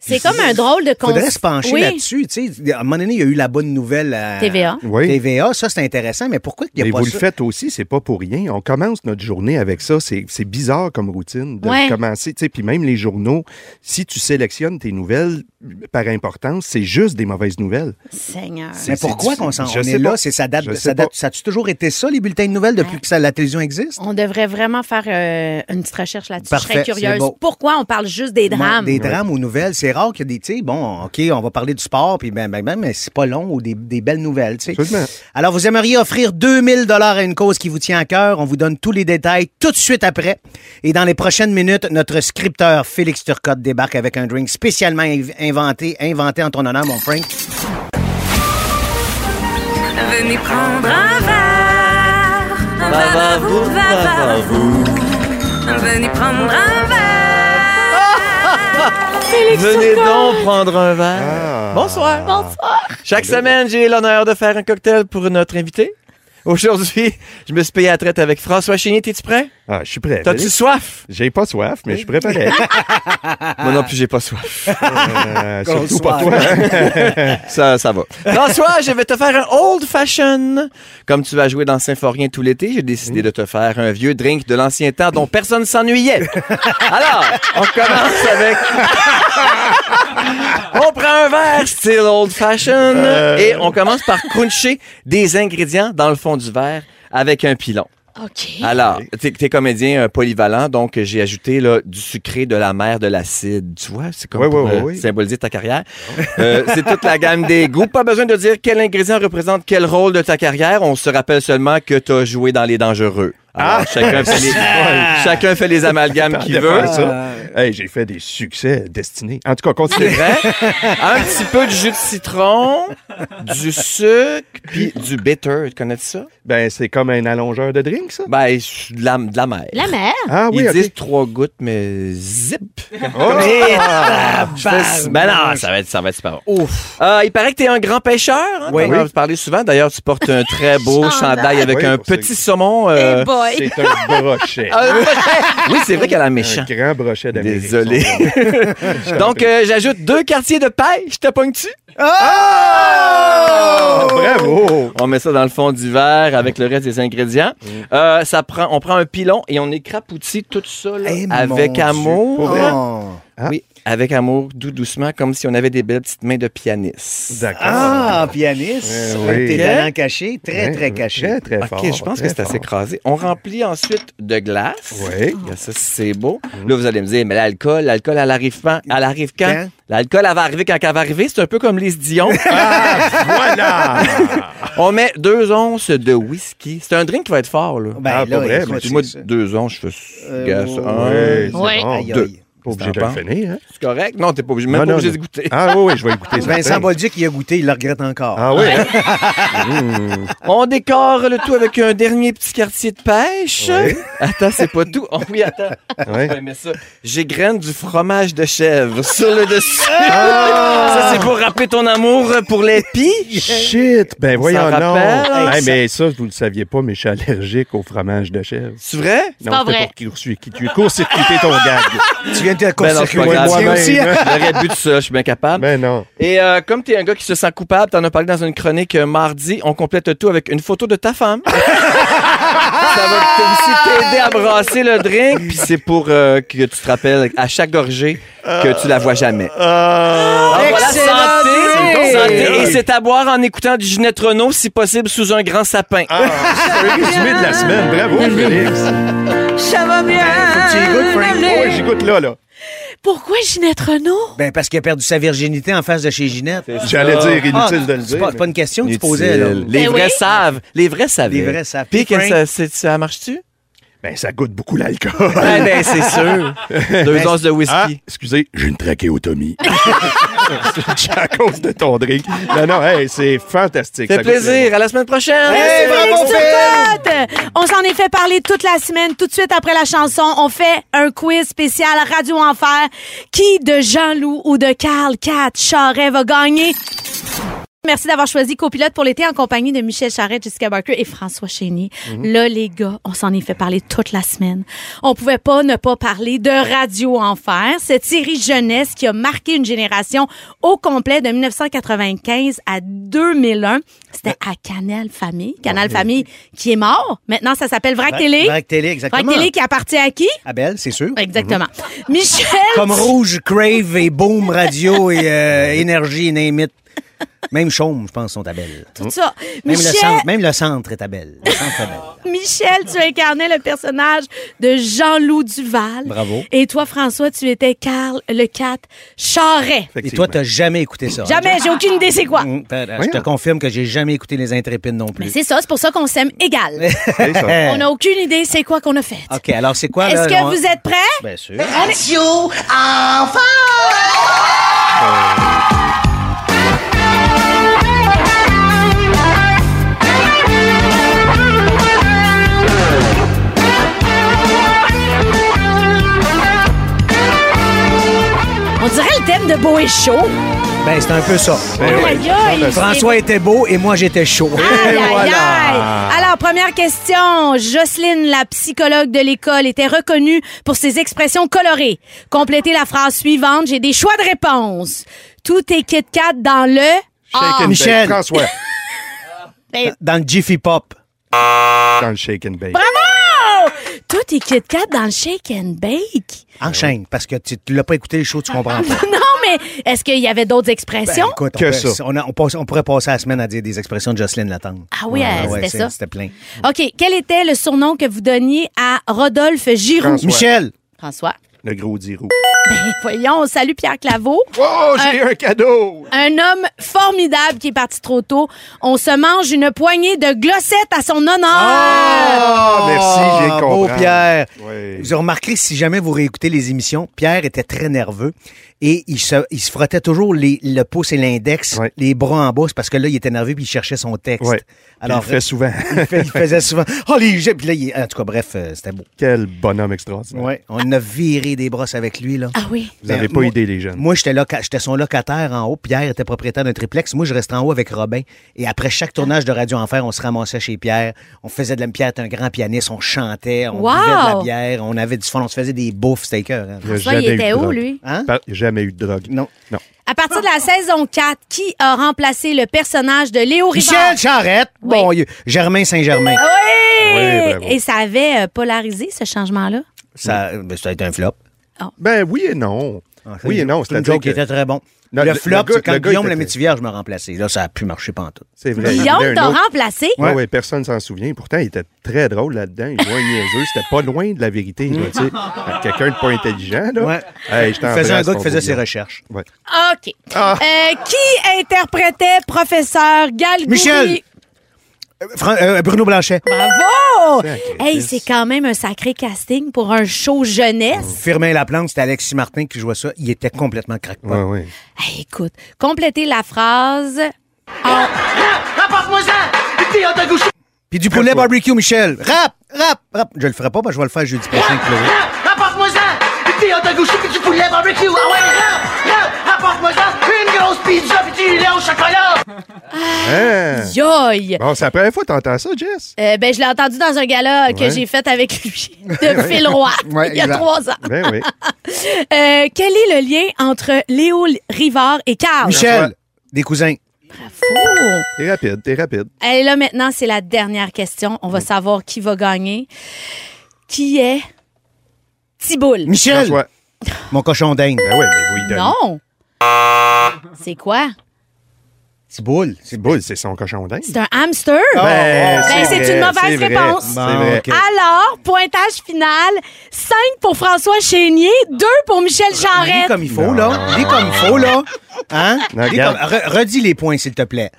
D: C'est comme un drôle de
B: Faudrait
D: cons-
B: se pencher
D: Oui.
B: là-dessus. tu sais. À un moment donné, il y a eu la bonne nouvelle à
D: TVA.
C: Oui.
B: TVA. Ça, c'est intéressant, mais pourquoi il n'y a
C: Mais
B: pas
C: vous
B: ça?
C: le faites aussi, c'est pas pour rien. On commence notre journée avec ça. C'est c'est bizarre comme routine de
D: Ouais.
C: commencer. tu sais, Puis même les journaux, si tu sélectionnes tes nouvelles par importance, c'est juste des mauvaises nouvelles.
D: Seigneur.
B: Mais
C: C'est-
B: pourquoi
C: c'est-
B: qu'on s'en
C: je
B: on
C: sais
B: est là?
C: pas.
B: C'est ça date,
C: Je
B: ça
C: sais
B: date.
C: pas.
B: Ça a-tu toujours été ça, les bulletins de nouvelles, depuis que ça- la télévision existe?
D: On devrait vraiment faire euh, une petite recherche là-dessus. Je serais
B: Parfait, c'est
D: curieuse.
B: beau.
D: Pourquoi on parle juste des drames?
B: Des drames aux nouvelles. C'est rare qu'il y ait des. Tu sais, bon, OK, on va parler du sport, puis ben, ben, ben, mais c'est pas long ou des, des belles nouvelles, tu sais.
C: Absolument.
B: Alors, vous aimeriez offrir 2000 dollars à une cause qui vous tient à cœur. On vous donne tous les détails tout de suite après. Et dans les prochaines minutes, notre scripteur Félix Turcotte débarque avec un drink spécialement inv- inventé, inventé en ton honneur, mon Frank.
E: Venez prendre un verre. Un verre à vous, verre à vous. Venez prendre un verre.
G: Venez donc prendre un verre. Bonsoir. Bonsoir. Chaque semaine, j'ai l'honneur de faire un cocktail pour notre invité. Aujourd'hui, je me suis payé à la traite avec François Chénier. T'es-tu prêt?
C: Ah, je suis prêt.
G: T'as-tu soif?
C: J'ai pas soif, mais je suis préparé.
G: Moi non plus, j'ai pas soif.
C: Euh, surtout
B: Bonsoir.
C: pas toi.
G: Ça, ça va. François, je vais te faire un old fashion. Comme tu vas jouer dans Symphorien tout l'été, j'ai décidé de te faire un vieux drink de l'ancien temps dont personne s'ennuyait. Alors, on commence avec. on prend un verre style old fashion
C: Euh.
G: et on commence par cruncher des ingrédients dans le fond du verre avec un pilon.
D: OK.
G: Alors, t'es t'es comédien euh, polyvalent, donc euh, j'ai ajouté là, du sucré, de la mer, de l'acide. Tu vois, c'est comme
C: Oui,
G: pour
C: oui, oui,
G: euh,
C: oui.
G: symboliser ta carrière. Euh, c'est toute la gamme des goûts. Pas besoin de dire quel ingrédient représente quel rôle de ta carrière. On se rappelle seulement que tu as joué dans Les Dangereux.
C: Ah!
G: Alors, chacun, fait les, chacun fait les amalgames qu'il
C: de
G: veut.
C: faire ça. Hey, j'ai fait des succès destinés. En tout cas,
G: C'est
C: continue.
G: vrai. Un petit peu de jus de citron, du sucre, puis du bitter. Tu connais ça?
C: ben, c'est comme un allongeur de drink, ça.
G: Ben, de la, de la mer.
D: La mère.
C: Ah oui,
G: Ils
C: ok.
G: disent trois gouttes, mais zip.
C: Oh! Ah,
G: Mais ben non, ça va être, ça va être super bon. Euh, il paraît que t'es un grand pêcheur. Hein,
C: Oui.
G: t'en as parlé souvent. D'ailleurs, tu portes un très beau chandail avec
C: Oui,
G: un
C: c'est-
G: petit saumon. euh,
D: Eh boy.
C: C'est un brochet.
G: un brochet. oui, c'est vrai qu'elle a méchant.
C: Un grand brochet d'Amérique.
G: Désolé. Donc, euh, j'ajoute deux quartiers de pêche. Te pognes-tu?
C: Ah, bravo!
G: On met ça dans le fond du verre avec le reste des ingrédients. Euh, ça prend, on prend un pilon et on écrapoutit tout ça là,
B: Eh, mon
G: avec
B: Dieu.
G: amour.
C: Pour vrai?
B: Oh.
G: Oui, avec amour, doux doucement, comme si on avait des belles petites mains de pianiste.
C: D'accord.
B: Ah, pianiste.
C: Eh oui. Eh,
B: Tes talents cachés, très, très
C: Très,
B: cachés.
C: très
G: OK,
C: fort.
G: je pense que
C: très
G: c'est assez
C: fort.
G: écrasé. On remplit ensuite de glace.
C: Oui. Mm.
G: Regarde Ça, c'est beau. Là, vous allez me dire, mais l'alcool, l'alcool, elle arrive quand? Elle arrive quand?
B: Quand?
G: L'alcool, elle va arriver quand elle va arriver. C'est un peu comme les Dion.
C: Voilà!
G: On met deux onces de whisky. C'est un drink qui va être fort, là.
B: Ben,
C: Ah,
B: là,
C: pas vrai,
B: écoute,
C: mais
B: c'est
G: Dis-moi,
B: ça.
G: deux onces, je fais
B: Euh,
G: gars, ça.
C: Ouais,
G: Un,
C: c'est
D: Ouais.
C: bon.
B: Aïe,
C: Deux.
B: aïe.
C: Pas obligé de
G: T'en
C: le finir, hein?
G: C'est correct? Non, t'es pas obligé, même
C: Non,
G: pas
C: non,
G: obligé
C: non.
G: de goûter.
C: Ah oui, oui, je vais écouter.
B: Vincent
C: certain.
B: Bolduc, il a goûté, il le regrette encore.
C: Ah oui? hein?
G: On décore le tout avec un dernier petit quartier de pêche.
C: Oui.
G: Attends, c'est pas tout. Oh, oui, attends.
C: Ouais.
G: Ouais, mais ça, j'égrène du fromage de chèvre sur le dessus. ça, c'est pour rappeler ton amour pour les pies.
C: Shit! Ben voyons
G: rappelle,
C: non!
G: hein,
C: Hey,
G: ça-
C: mais ça, vous ne le saviez pas, mais je suis allergique au fromage de chèvre.
G: C'est vrai?
C: C'est non,
D: pas
C: c'était
D: vrai.
C: pour qu'il reçu- qui- tu aies court-circuité ton gag.
B: Tu viens viens de
G: Ben non, c'est pas
B: court-circuiter
G: grave.
B: moi-même.
C: aussi, hein.
G: J'aurais bu de ça, je suis bien capable.
C: Mais Ben, non.
G: Et euh, comme tu es un gars qui se sent coupable, t'en as parlé dans une chronique euh, mardi, on complète tout avec une photo de ta femme. ça va aussi t'aider à brasser le drink, puis c'est pour euh, que tu te rappelles à chaque gorgée que tu la vois jamais.
C: Ah,
G: Alors voilà,
B: Excellent
G: santé,
B: idée!
G: santé, et c'est à boire en écoutant du Ginette Renault, si possible sous un grand sapin.
C: ah, c'est un résumé de la semaine. Bravo, Félix.
F: Ça va bien.
C: Tu y goûtes, Frank? Oh, j'y goûte là, là.
D: Pourquoi Ginette Renault?
B: Ben, parce qu'il a perdu sa virginité en face de chez Ginette.
C: J'allais dire inutile
B: Ah,
C: de le
B: c'est
C: dire.
B: pas, c'est
C: mais-
B: pas une question que tu
G: Inutile.
B: posais, là.
G: Les
D: Ben
G: vrais
D: oui.
G: savent. Les vrais savent.
B: Les vrais savent.
G: Puis,
B: Puis,
G: que
B: Frank?
G: ça, c'est- ça marche-tu?
C: Ben, ça goûte beaucoup l'alcool.
G: Ben, ben, c'est sûr. Deux onces de whisky.
C: Ah, excusez, j'ai une trachéotomie. c'est à cause de ton drink. Non, non, hey, c'est fantastique.
G: Fait
C: Ça goûte
G: plaisir. À la semaine prochaine.
B: Hey, bravo,
D: Sur Pod! On s'en est fait parler toute la semaine. Tout de suite après la chanson, on fait un quiz spécial Radio Enfer. Qui de Jean-Loup ou de Carl Kat Charret va gagner? Merci d'avoir choisi Copilote pour l'été en compagnie de Michel Charette, Jessica Barker et François Chénier.
B: Mhm.
D: Là, les gars, on s'en est fait parler toute la semaine. On pouvait pas ne pas parler de Radio Enfer, cette série jeunesse qui a marqué une génération au complet de 1995 à 2001. C'était à Canal Famille. Canal Famille qui est mort. Maintenant, ça s'appelle Vrac Télé.
B: Vrac Télé,
D: Vrac
B: exactement.
D: Télé qui appartient à qui?
B: Ah, belle, c'est sûr.
D: Exactement. Michel!
B: Comme Rouge, Crave et Boom Radio et euh, Énergie, name it. Même Chaume, je pense, sont à belle.
D: Tout ça.
B: Même, le
D: Michel!
B: centre, même le centre est à belle. Le centre est belle.
D: Michel, tu incarnais le personnage de Jean-Loup Duval.
B: Bravo.
D: Et toi, François, tu étais Carl le 4 Charret.
C: Effectivement.
B: Et toi, t'as jamais écouté ça. hein?
D: Jamais, j'ai aucune idée c'est quoi.
B: Hum, t'as- Je te confirme que j'ai jamais écouté Les Intrépides non
D: Mais
B: plus.
D: c'est ça, c'est pour ça qu'on s'aime égal.
C: C'est ça.
D: On n'a aucune idée c'est quoi qu'on a fait.
B: OK, alors c'est quoi, là?
D: Est-ce que
B: on-
D: vous êtes prêts?
B: Bien sûr.
D: On dirait le thème de Beau et chaud.
B: Ben, c'est un peu ça.
C: Ben
D: Oh
C: oui,
D: my God, il-
B: François était beau et moi, j'étais chaud.
D: Aïe, aïe,
C: voilà.
D: aïe. Alors, première question. Jocelyne, la psychologue de l'école, était reconnue pour ses expressions colorées. Complétez la phrase suivante. J'ai des choix de réponse. Tout est Kit Kat dans le...
C: Shake and
B: Ah, Michel.
C: bake. François,
B: Dans le Jiffy Pop.
C: dans le shake and bake.
D: Bravo! Tout est Kit Kat dans le shake and bake.
B: Ben Enchaîne, parce que tu tu l'as pas écouté les shows, tu comprends pas.
D: Non, mais est-ce qu'il y avait d'autres expressions?
B: Ben, Écoute, on,
C: Que
B: peut-
C: ça.
B: on, a- on passe- on pourrait passer la semaine à dire des expressions de Jocelyne Latente.
D: Ah oui, euh, c'était
B: c'est-
D: ça.
B: C'était plein.
D: OK. Quel était le surnom que vous donniez à Rodolphe Giroux?
C: François.
B: Michel,
D: François.
C: Le gros dirou.
D: Ben, voyons. Salut Pierre Claveau.
C: Oh, j'ai un cadeau!
D: Un homme formidable qui est parti trop tôt. On se mange une poignée de glossettes à son honneur.
C: Ah, merci, j'ai
B: Ah,
C: compris.
B: Beau Pierre.
C: Oui.
B: Vous avez remarqué, si jamais vous réécoutez les émissions, Pierre était très nerveux et il se, il se frottait toujours les, le pouce et l'index,
C: Ouais.
B: les bras en bas, c'est parce que là, il était nerveux puis il cherchait son texte.
C: Ouais. Alors,
B: Alors,
C: il le fait souvent.
B: il, fait- il faisait souvent. Oh, les jets! Puis là, il- en tout cas, bref, euh, c'était beau.
C: Quel bonhomme extraordinaire.
B: Ouais. On a viré des brosses avec lui, là.
D: Ah oui.
C: Vous n'avez
B: Ben,
C: pas
B: moi-
C: idée, les jeunes.
B: Moi, j'étais loca- j'étais son locataire en haut. Pierre était propriétaire d'un triplex. Moi, je restais en haut avec Robin. Et après chaque tournage de Radio Enfer, on se ramassait chez Pierre. On faisait de la Pierre était un grand pianiste. On chantait, on
D: Wow!
B: buvait de la bière, on avait du fun, on se faisait des bouffes, c'était écœurant.
C: Il a
D: François, il
C: jamais eu de
D: était où,
C: drogue.
D: lui?
B: Hein?
C: Par- Jamais eu de drogue.
B: Non.
C: Non.
D: À partir de la saison 4, qui a remplacé le personnage de Léo Rivard?
B: Michel Charette, bon
D: Oui. Ah!
B: Dieu. Germain Saint-Germain.
D: Oui!
C: Oui, bravo.
D: Et ça avait euh, polarisé ce changement-là.
B: Ça, ben, ça a été un flop.
C: Ben oui et non. oui et non,
B: Ah, c'est une
C: c'est-à-dire
B: joke qui
C: que...
B: était très bon.
C: Non,
B: le,
C: le-
B: flop,
C: le gars-
B: c'est quand
C: le gars
B: Guillaume
C: était-
B: le Métivier, je me remplaçais. Là, ça a pu marcher pas en tout.
C: C'est vrai. il y en avait
D: Guillaume
C: un
D: t'a
C: autre.
D: remplacé?
C: Oui, ouais, personne s'en souvient. Pourtant, il était très drôle là-dedans. Il jouait un niaiseux. C'était pas loin de la vérité. là, tu sais. Fait que Quelqu'un de pas intelligent. Là.
B: Ouais.
C: Hey, je
B: Il
C: t'embrasse,
B: faisait un gars
C: mon
B: qui faisait
C: beau
B: ses
C: Guillaume.
B: recherches.
C: Ouais.
D: OK.
C: Ah.
D: Euh, qui interprétait professeur Galgouri?
B: Michel! Fran- euh, Bruno Blanchet.
D: Bravo! Hey, c'est quand même un sacré casting pour un show jeunesse.
B: Firmin Laplante, c'était Alexis Martin qui jouait ça. Il était complètement craquement.
C: Ouais, ouais.
D: Hey, écoute, complétez la phrase. en-
B: Puis du poulet barbecue, Michel. Rap, rap, rap. Je le ferai pas, parce que je vais le faire jeudi prochain.
C: Ah.
B: avec Chloé.
H: Apporte-moi ça! Une fille en tagoussi puis du poulet barbecue! Ah ouais, rap! Rap! Apporte-moi ça! Une grosse pizza puis du lait au chocolat!
C: Hein?
D: Aïe, aïe.
C: Bon, c'est la première fois que t'entends ça, Jess.
D: Euh, ben, je l'ai entendu dans un gala que
C: Ouais.
D: j'ai fait avec lui de Phil Roy
B: Ouais,
D: il y a
B: exact.
D: trois ans.
C: Ben oui.
D: Euh, quel est le lien entre Léo Rivard et Carl?
B: Michel, des cousins.
D: Bravo.
C: T'es rapide, t'es rapide.
D: Et là, maintenant, c'est la dernière question. On va savoir qui va gagner. Qui est Tiboul?
B: Michel,
C: François.
B: mon cochon d'Inde.
C: Ben oui, mais vous y donnez.
D: Non. C'est quoi?
B: Tiboule.
C: C'est boule, c'est son cochon d'Inde.
D: C'est un hamster?
B: Oh.
C: Ben,
D: Ben, c'est
C: vrai,
D: une mauvaise
C: c'est vrai,
D: réponse.
C: C'est
B: Bon,
C: vrai.
B: ok.
D: Alors, pointage final, 5 pour François Chénier, 2 pour Michel
B: Lis
D: Jarrette.
B: comme il faut, là. Lis comme il faut, là. Hein?
C: Non,
B: Lis
C: regarde.
B: comme- Re- redis les points, s'il te plaît.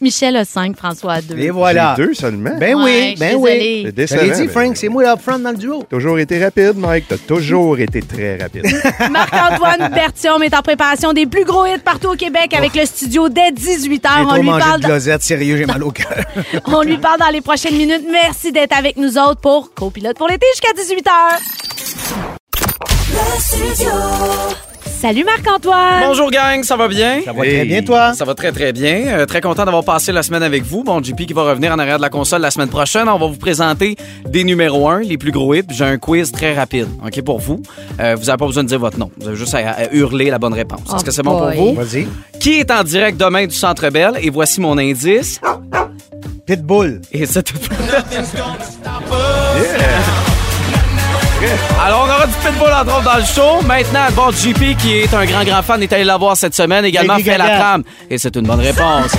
D: Michel a 5, François a 2.
B: Et voilà.
C: J'ai deux seulement.
B: Ben
D: Ouais,
B: oui,
D: je suis
B: ben
D: désolée.
B: oui.
C: C'est
B: Je l'ai
C: décevant,
B: dit,
C: mais-
B: Frank, c'est moi là, front dans le duo.
C: Toujours été rapide, Mike. T'as toujours été très rapide.
D: Marc-Antoine Bertium est en préparation des plus gros hits partout au Québec avec le studio dès 18h.
B: J'ai
D: Ah, On
B: trop
D: lui,
B: mangé
D: parle
B: de glosette, sérieux, j'ai mal au cœur.
D: dans- on lui parle dans les prochaines minutes. Merci d'être avec nous autres pour Copilote pour l'été jusqu'à 18h. Salut Marc-Antoine.
I: Bonjour gang, ça va bien?
B: Ça va
C: Hey.
B: très bien, toi.
I: Ça va très très bien. Euh, très content d'avoir passé la semaine avec vous. Bon, JP qui va revenir en arrière de la console la semaine prochaine. On va vous présenter des numéros 1, les plus gros hits. J'ai un quiz très rapide, OK, pour vous. Euh, vous n'avez pas besoin de dire votre nom. Vous avez juste à, à hurler la bonne réponse. Est-ce
D: Oh
I: que c'est bon
D: boy.
I: pour vous?
B: Vas-y.
I: Qui est en direct demain du Centre Bell? Et voici mon indice.
B: Pitbull.
I: Et c'est tout. Alors, on aura du pitbull entre autres dans le show. Maintenant, à bord de JP, qui est un grand, grand fan, est allé la voir cette semaine. Également,
B: Lady
I: fait la
B: Gaga.
I: trame. Et c'est une bonne réponse.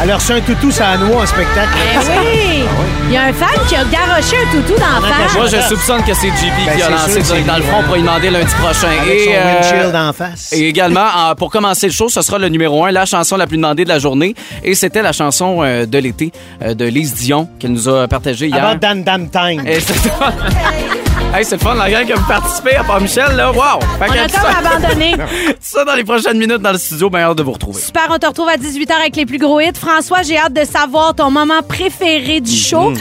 B: Alors, c'est un toutou, ça a noix en spectacle.
D: Ben oui. Il y a un fan qui a garoché un toutou dans la face.
I: Moi, je soupçonne que c'est JP
B: Ben,
I: qui a
B: c'est sûr
I: lancé
B: que c'est
I: dans le
B: lui,
I: front
B: hein.
I: pour lui demander lundi prochain.
B: Avec son
I: euh,
B: windshield en face.
I: Et également, euh, pour commencer le show, ce sera le numéro un, la chanson la plus demandée de la journée. Et c'était la chanson euh, de l'été euh, de Lise Dion qu'elle nous a partagée hier.
B: Avant Dan Dan Time.
I: Et Eh, c'est Hey, c'est le fun, la gang qui a participé à part Michel, là. Wow! Fait
D: On
I: que
D: a
I: tout
D: comme
I: ça,
D: abandonné.
I: tout ça dans les prochaines minutes dans le studio, bien hâte de vous retrouver.
D: Super, on te retrouve à 18h avec les plus gros hits. François, j'ai hâte de savoir ton moment préféré
C: Mhm.
D: du show.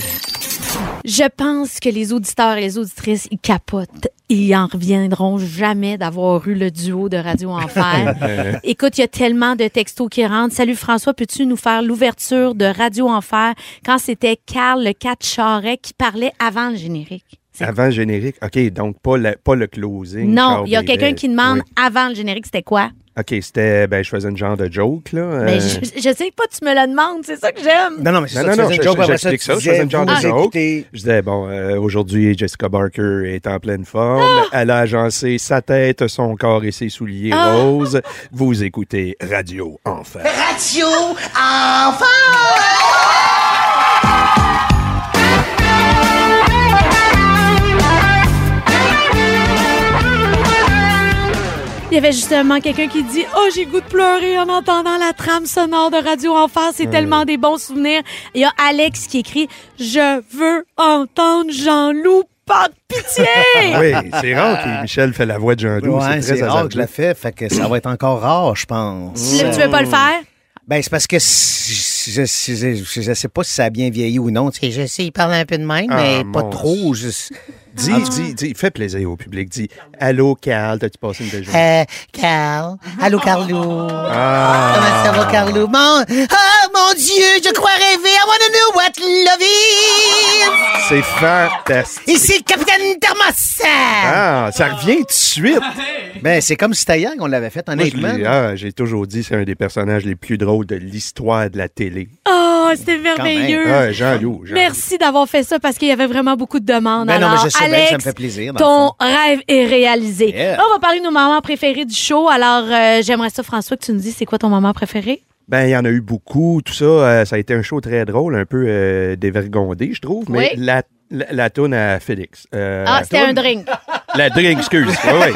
D: Je pense que les auditeurs et les auditrices, ils capotent. Ils en reviendront jamais d'avoir eu le duo de Radio Enfer. Écoute, il y a tellement de textos qui rentrent. Salut François, peux-tu nous faire l'ouverture de Radio Enfer quand c'était Carl le 4 Charret qui parlait avant le générique? C'est-
C: Avant le générique. OK, donc pas, la- pas le closing.
D: Non,
C: Charles
D: il y a quelqu'un
C: Bébert.
D: qui demande
C: ben, Oui.
D: avant le générique, c'était quoi?
C: OK, c'était. Ben, je faisais une genre de joke, là. euh,
D: Ben, je, je sais pas, tu me le demandes, c'est ça que j'aime.
B: Non, non, mais c'est
C: Non, non,
B: ça. tu
C: non,
B: faisais
C: je-
B: une joke,
C: je-
B: après
C: j'explique
B: tu
C: ça, je
B: disais,
C: faisais une genre de
B: vous
C: joke.
B: écoutez-
C: Je disais, bon, euh, aujourd'hui, Jessica Barker est en pleine forme.
D: Ah!
C: Elle a agencé sa tête, son corps et ses souliers
D: Ah!
C: roses. Vous écoutez Radio Enfer.
H: Ratio enfant!
D: Il y avait justement quelqu'un qui dit Oh, j'ai goût de pleurer en entendant la trame sonore de Radio Enfer. C'est tellement des bons souvenirs. Il y a Alex qui écrit Je veux entendre Jean-Loup par pitié.
C: oui, c'est rare que Michel fait la voix de Jean-Loup.
B: Ouais,
C: c'est
B: c'est
C: très
B: rare que
C: hasardeux.
B: je la fais, fait que ça va être encore rare, je pense.
D: Tu veux pas le faire?
B: Ben, c'est parce que si- je, je, je- je sais pas si ça a bien vieilli ou non. Tu sais, je sais, il parle un peu de même,
C: Ah,
B: mais pas
C: mon
B: trop. Je...
C: Dis, dis, dis, fais plaisir au public. Dis, allô, Carl, t'as-tu passé une belle journée?
B: Euh, Carl. Allô, Carlou.
C: Ah.
B: Comment ça va, Carlou? Mon... Oh, mon Dieu, je crois rêver. I wanna know what love is.
C: C'est fantastique.
B: Ici, le Capitaine Thermos.
C: Ah, ça revient tout de suite.
B: Ben, c'est comme si Taillard qu'on l'avait fait,
C: Moi, je
B: honnêtement.
C: l'ai- ah, j'ai toujours dit, c'est un des personnages les plus drôles de l'histoire de la télé.
D: Oh, c'était merveilleux.
C: Ah, Jean-Loup. Jean-Loup.
D: Euh, Merci d'avoir fait ça parce qu'il y avait vraiment beaucoup de demandes.
B: Ben non, mais
D: Alors,
B: je sais bien,
D: Alex,
B: ça me fait plaisir, dans
D: Ton rêve est réalisé.
B: Yeah.
D: Là, on va parler de nos moments préférés du show. Alors, euh, j'aimerais ça, François, que tu nous dises c'est quoi ton moment préféré?
C: Ben, il y en a eu beaucoup, tout ça. Euh, ça a été un show très drôle, un peu euh, dévergondé, je trouve. Mais
D: Oui.
C: la, la, la toune à Félix. Euh,
D: ah,
C: la
D: c'était un
C: toune-
D: drink.
C: La drink, excuse. Oui, oui.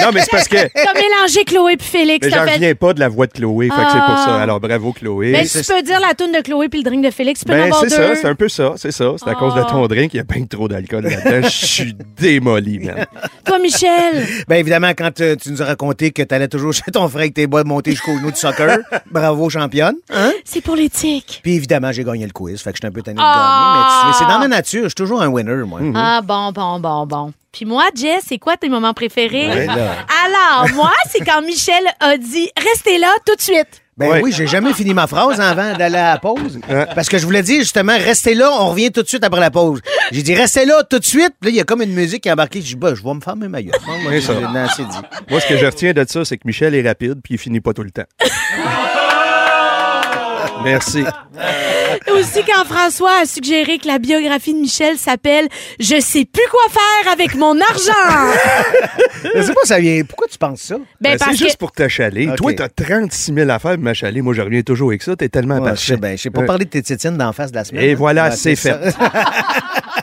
C: Non, mais c'est parce que
D: T'as mélangé Chloé puis Félix.
C: mais
D: t'as
C: j'en
D: fait-
C: reviens pas de la voix de Chloé. Fait que c'est pour ça.
D: Ah.
C: Alors, bravo, Chloé.
D: Mais tu peux dire la toune de Chloé puis le drink de Félix. Tu peux en
C: Ben,
D: avoir
C: c'est ça,
D: deux.
C: c'est un peu ça, c'est ça. C'est à cause de
D: Ah.
C: ton drink, il y a bien trop d'alcool là-dedans. Je suis démoli, man.
D: Toi, Michel.
B: Ben évidemment, quand euh, tu nous as raconté que tu allais toujours chez ton frère avec tes bois de monter jusqu'au genou du soccer, bravo championne. Hein?
D: C'est pour l'éthique.
B: Puis évidemment, j'ai gagné le quiz, fait que je suis un peu tanné de
D: Ah!
B: gagner, mais tu sais, c'est dans ma nature, je suis toujours un winner, moi.
C: Hmm.
D: Ah, bon, bon, bon, bon. Puis moi, Jess, c'est quoi tes moments préférés?
C: Ouais,
B: là.
D: Alors, moi, c'est quand Michel a dit Restez là tout de suite.
B: Ben
C: Ouais.
B: oui, j'ai jamais fini ma phrase avant d'aller à la pause. Parce que je voulais dire justement, restez là, on revient tout de suite après la pause. J'ai dit, restez là tout de suite. Puis Là, il y a comme une musique qui est embarquée. Je dis, bah, je vais me faire mes maillots. Bon, moi,
C: C'est
B: j'ai-
C: ça.
B: non, c'est dit.
C: Moi, ce que je retiens de ça, c'est que Michel est rapide puis il finit pas tout le temps. Merci.
D: Ben, Aussi quand François a suggéré que la biographie de Michel s'appelle Je sais plus quoi faire avec mon argent.
B: Je sais pas, ça vient. Pourquoi tu penses ça?
D: ben
C: Ben, c'est
D: parce que
C: juste pour t'achaler.
B: Ok.
C: Toi, t'as 36 000 affaires pour m'achaler. Moi, je reviens toujours avec ça. T'es tellement
B: Ouais, je
C: parfait.
B: sais, ben, je sais pas
C: Euh,
B: parler de tes tétines d'en face de la semaine.
C: Et
B: hein.
C: voilà,
B: Ouais,
C: c'est
B: ça.
C: fait.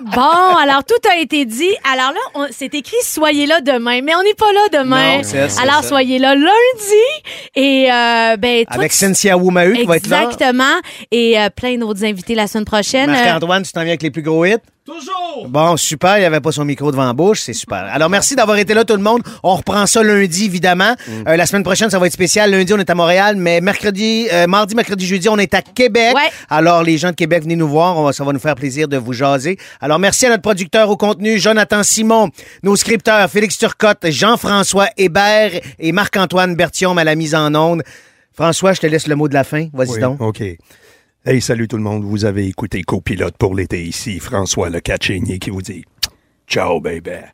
D: bon, alors tout a été dit. Alors là, on- c'est écrit soyez là demain, mais on n'est pas là demain.
G: Non, c'est ça,
D: alors
G: c'est ça.
D: soyez là lundi et euh, ben toi,
B: Avec
D: tu-
B: Cynthia Woumahu qui va être là.
D: Exactement. Et euh, plein d'autres invités la semaine prochaine. Euh,
B: Marc-Antoine, tu t'en viens avec les plus gros hits? Toujours! Bon, super. Il n'y avait pas son micro devant la bouche. C'est super. Alors, merci d'avoir été là, tout le monde. On reprend ça lundi, évidemment.
D: Mm.
B: Euh, la semaine prochaine, ça va être spécial. Lundi, on est à Montréal, mais mercredi, euh, mardi, mercredi, jeudi, on est à Québec.
D: Ouais.
B: Alors, les gens de Québec, venez nous voir. On va- ça va nous faire plaisir de vous jaser. Alors, merci à notre producteur au contenu, Jonathan Simon, nos scripteurs, Félix Turcotte, Jean-François Hébert et Marc-Antoine Bertium à la mise en onde. François, je te laisse le mot de la fin. Vas-y
C: Oui,
B: donc.
C: OK. Hey, salut tout le monde. Vous avez écouté Copilote pour l'été ici. François Le Cachigny qui vous dit Ciao, baby.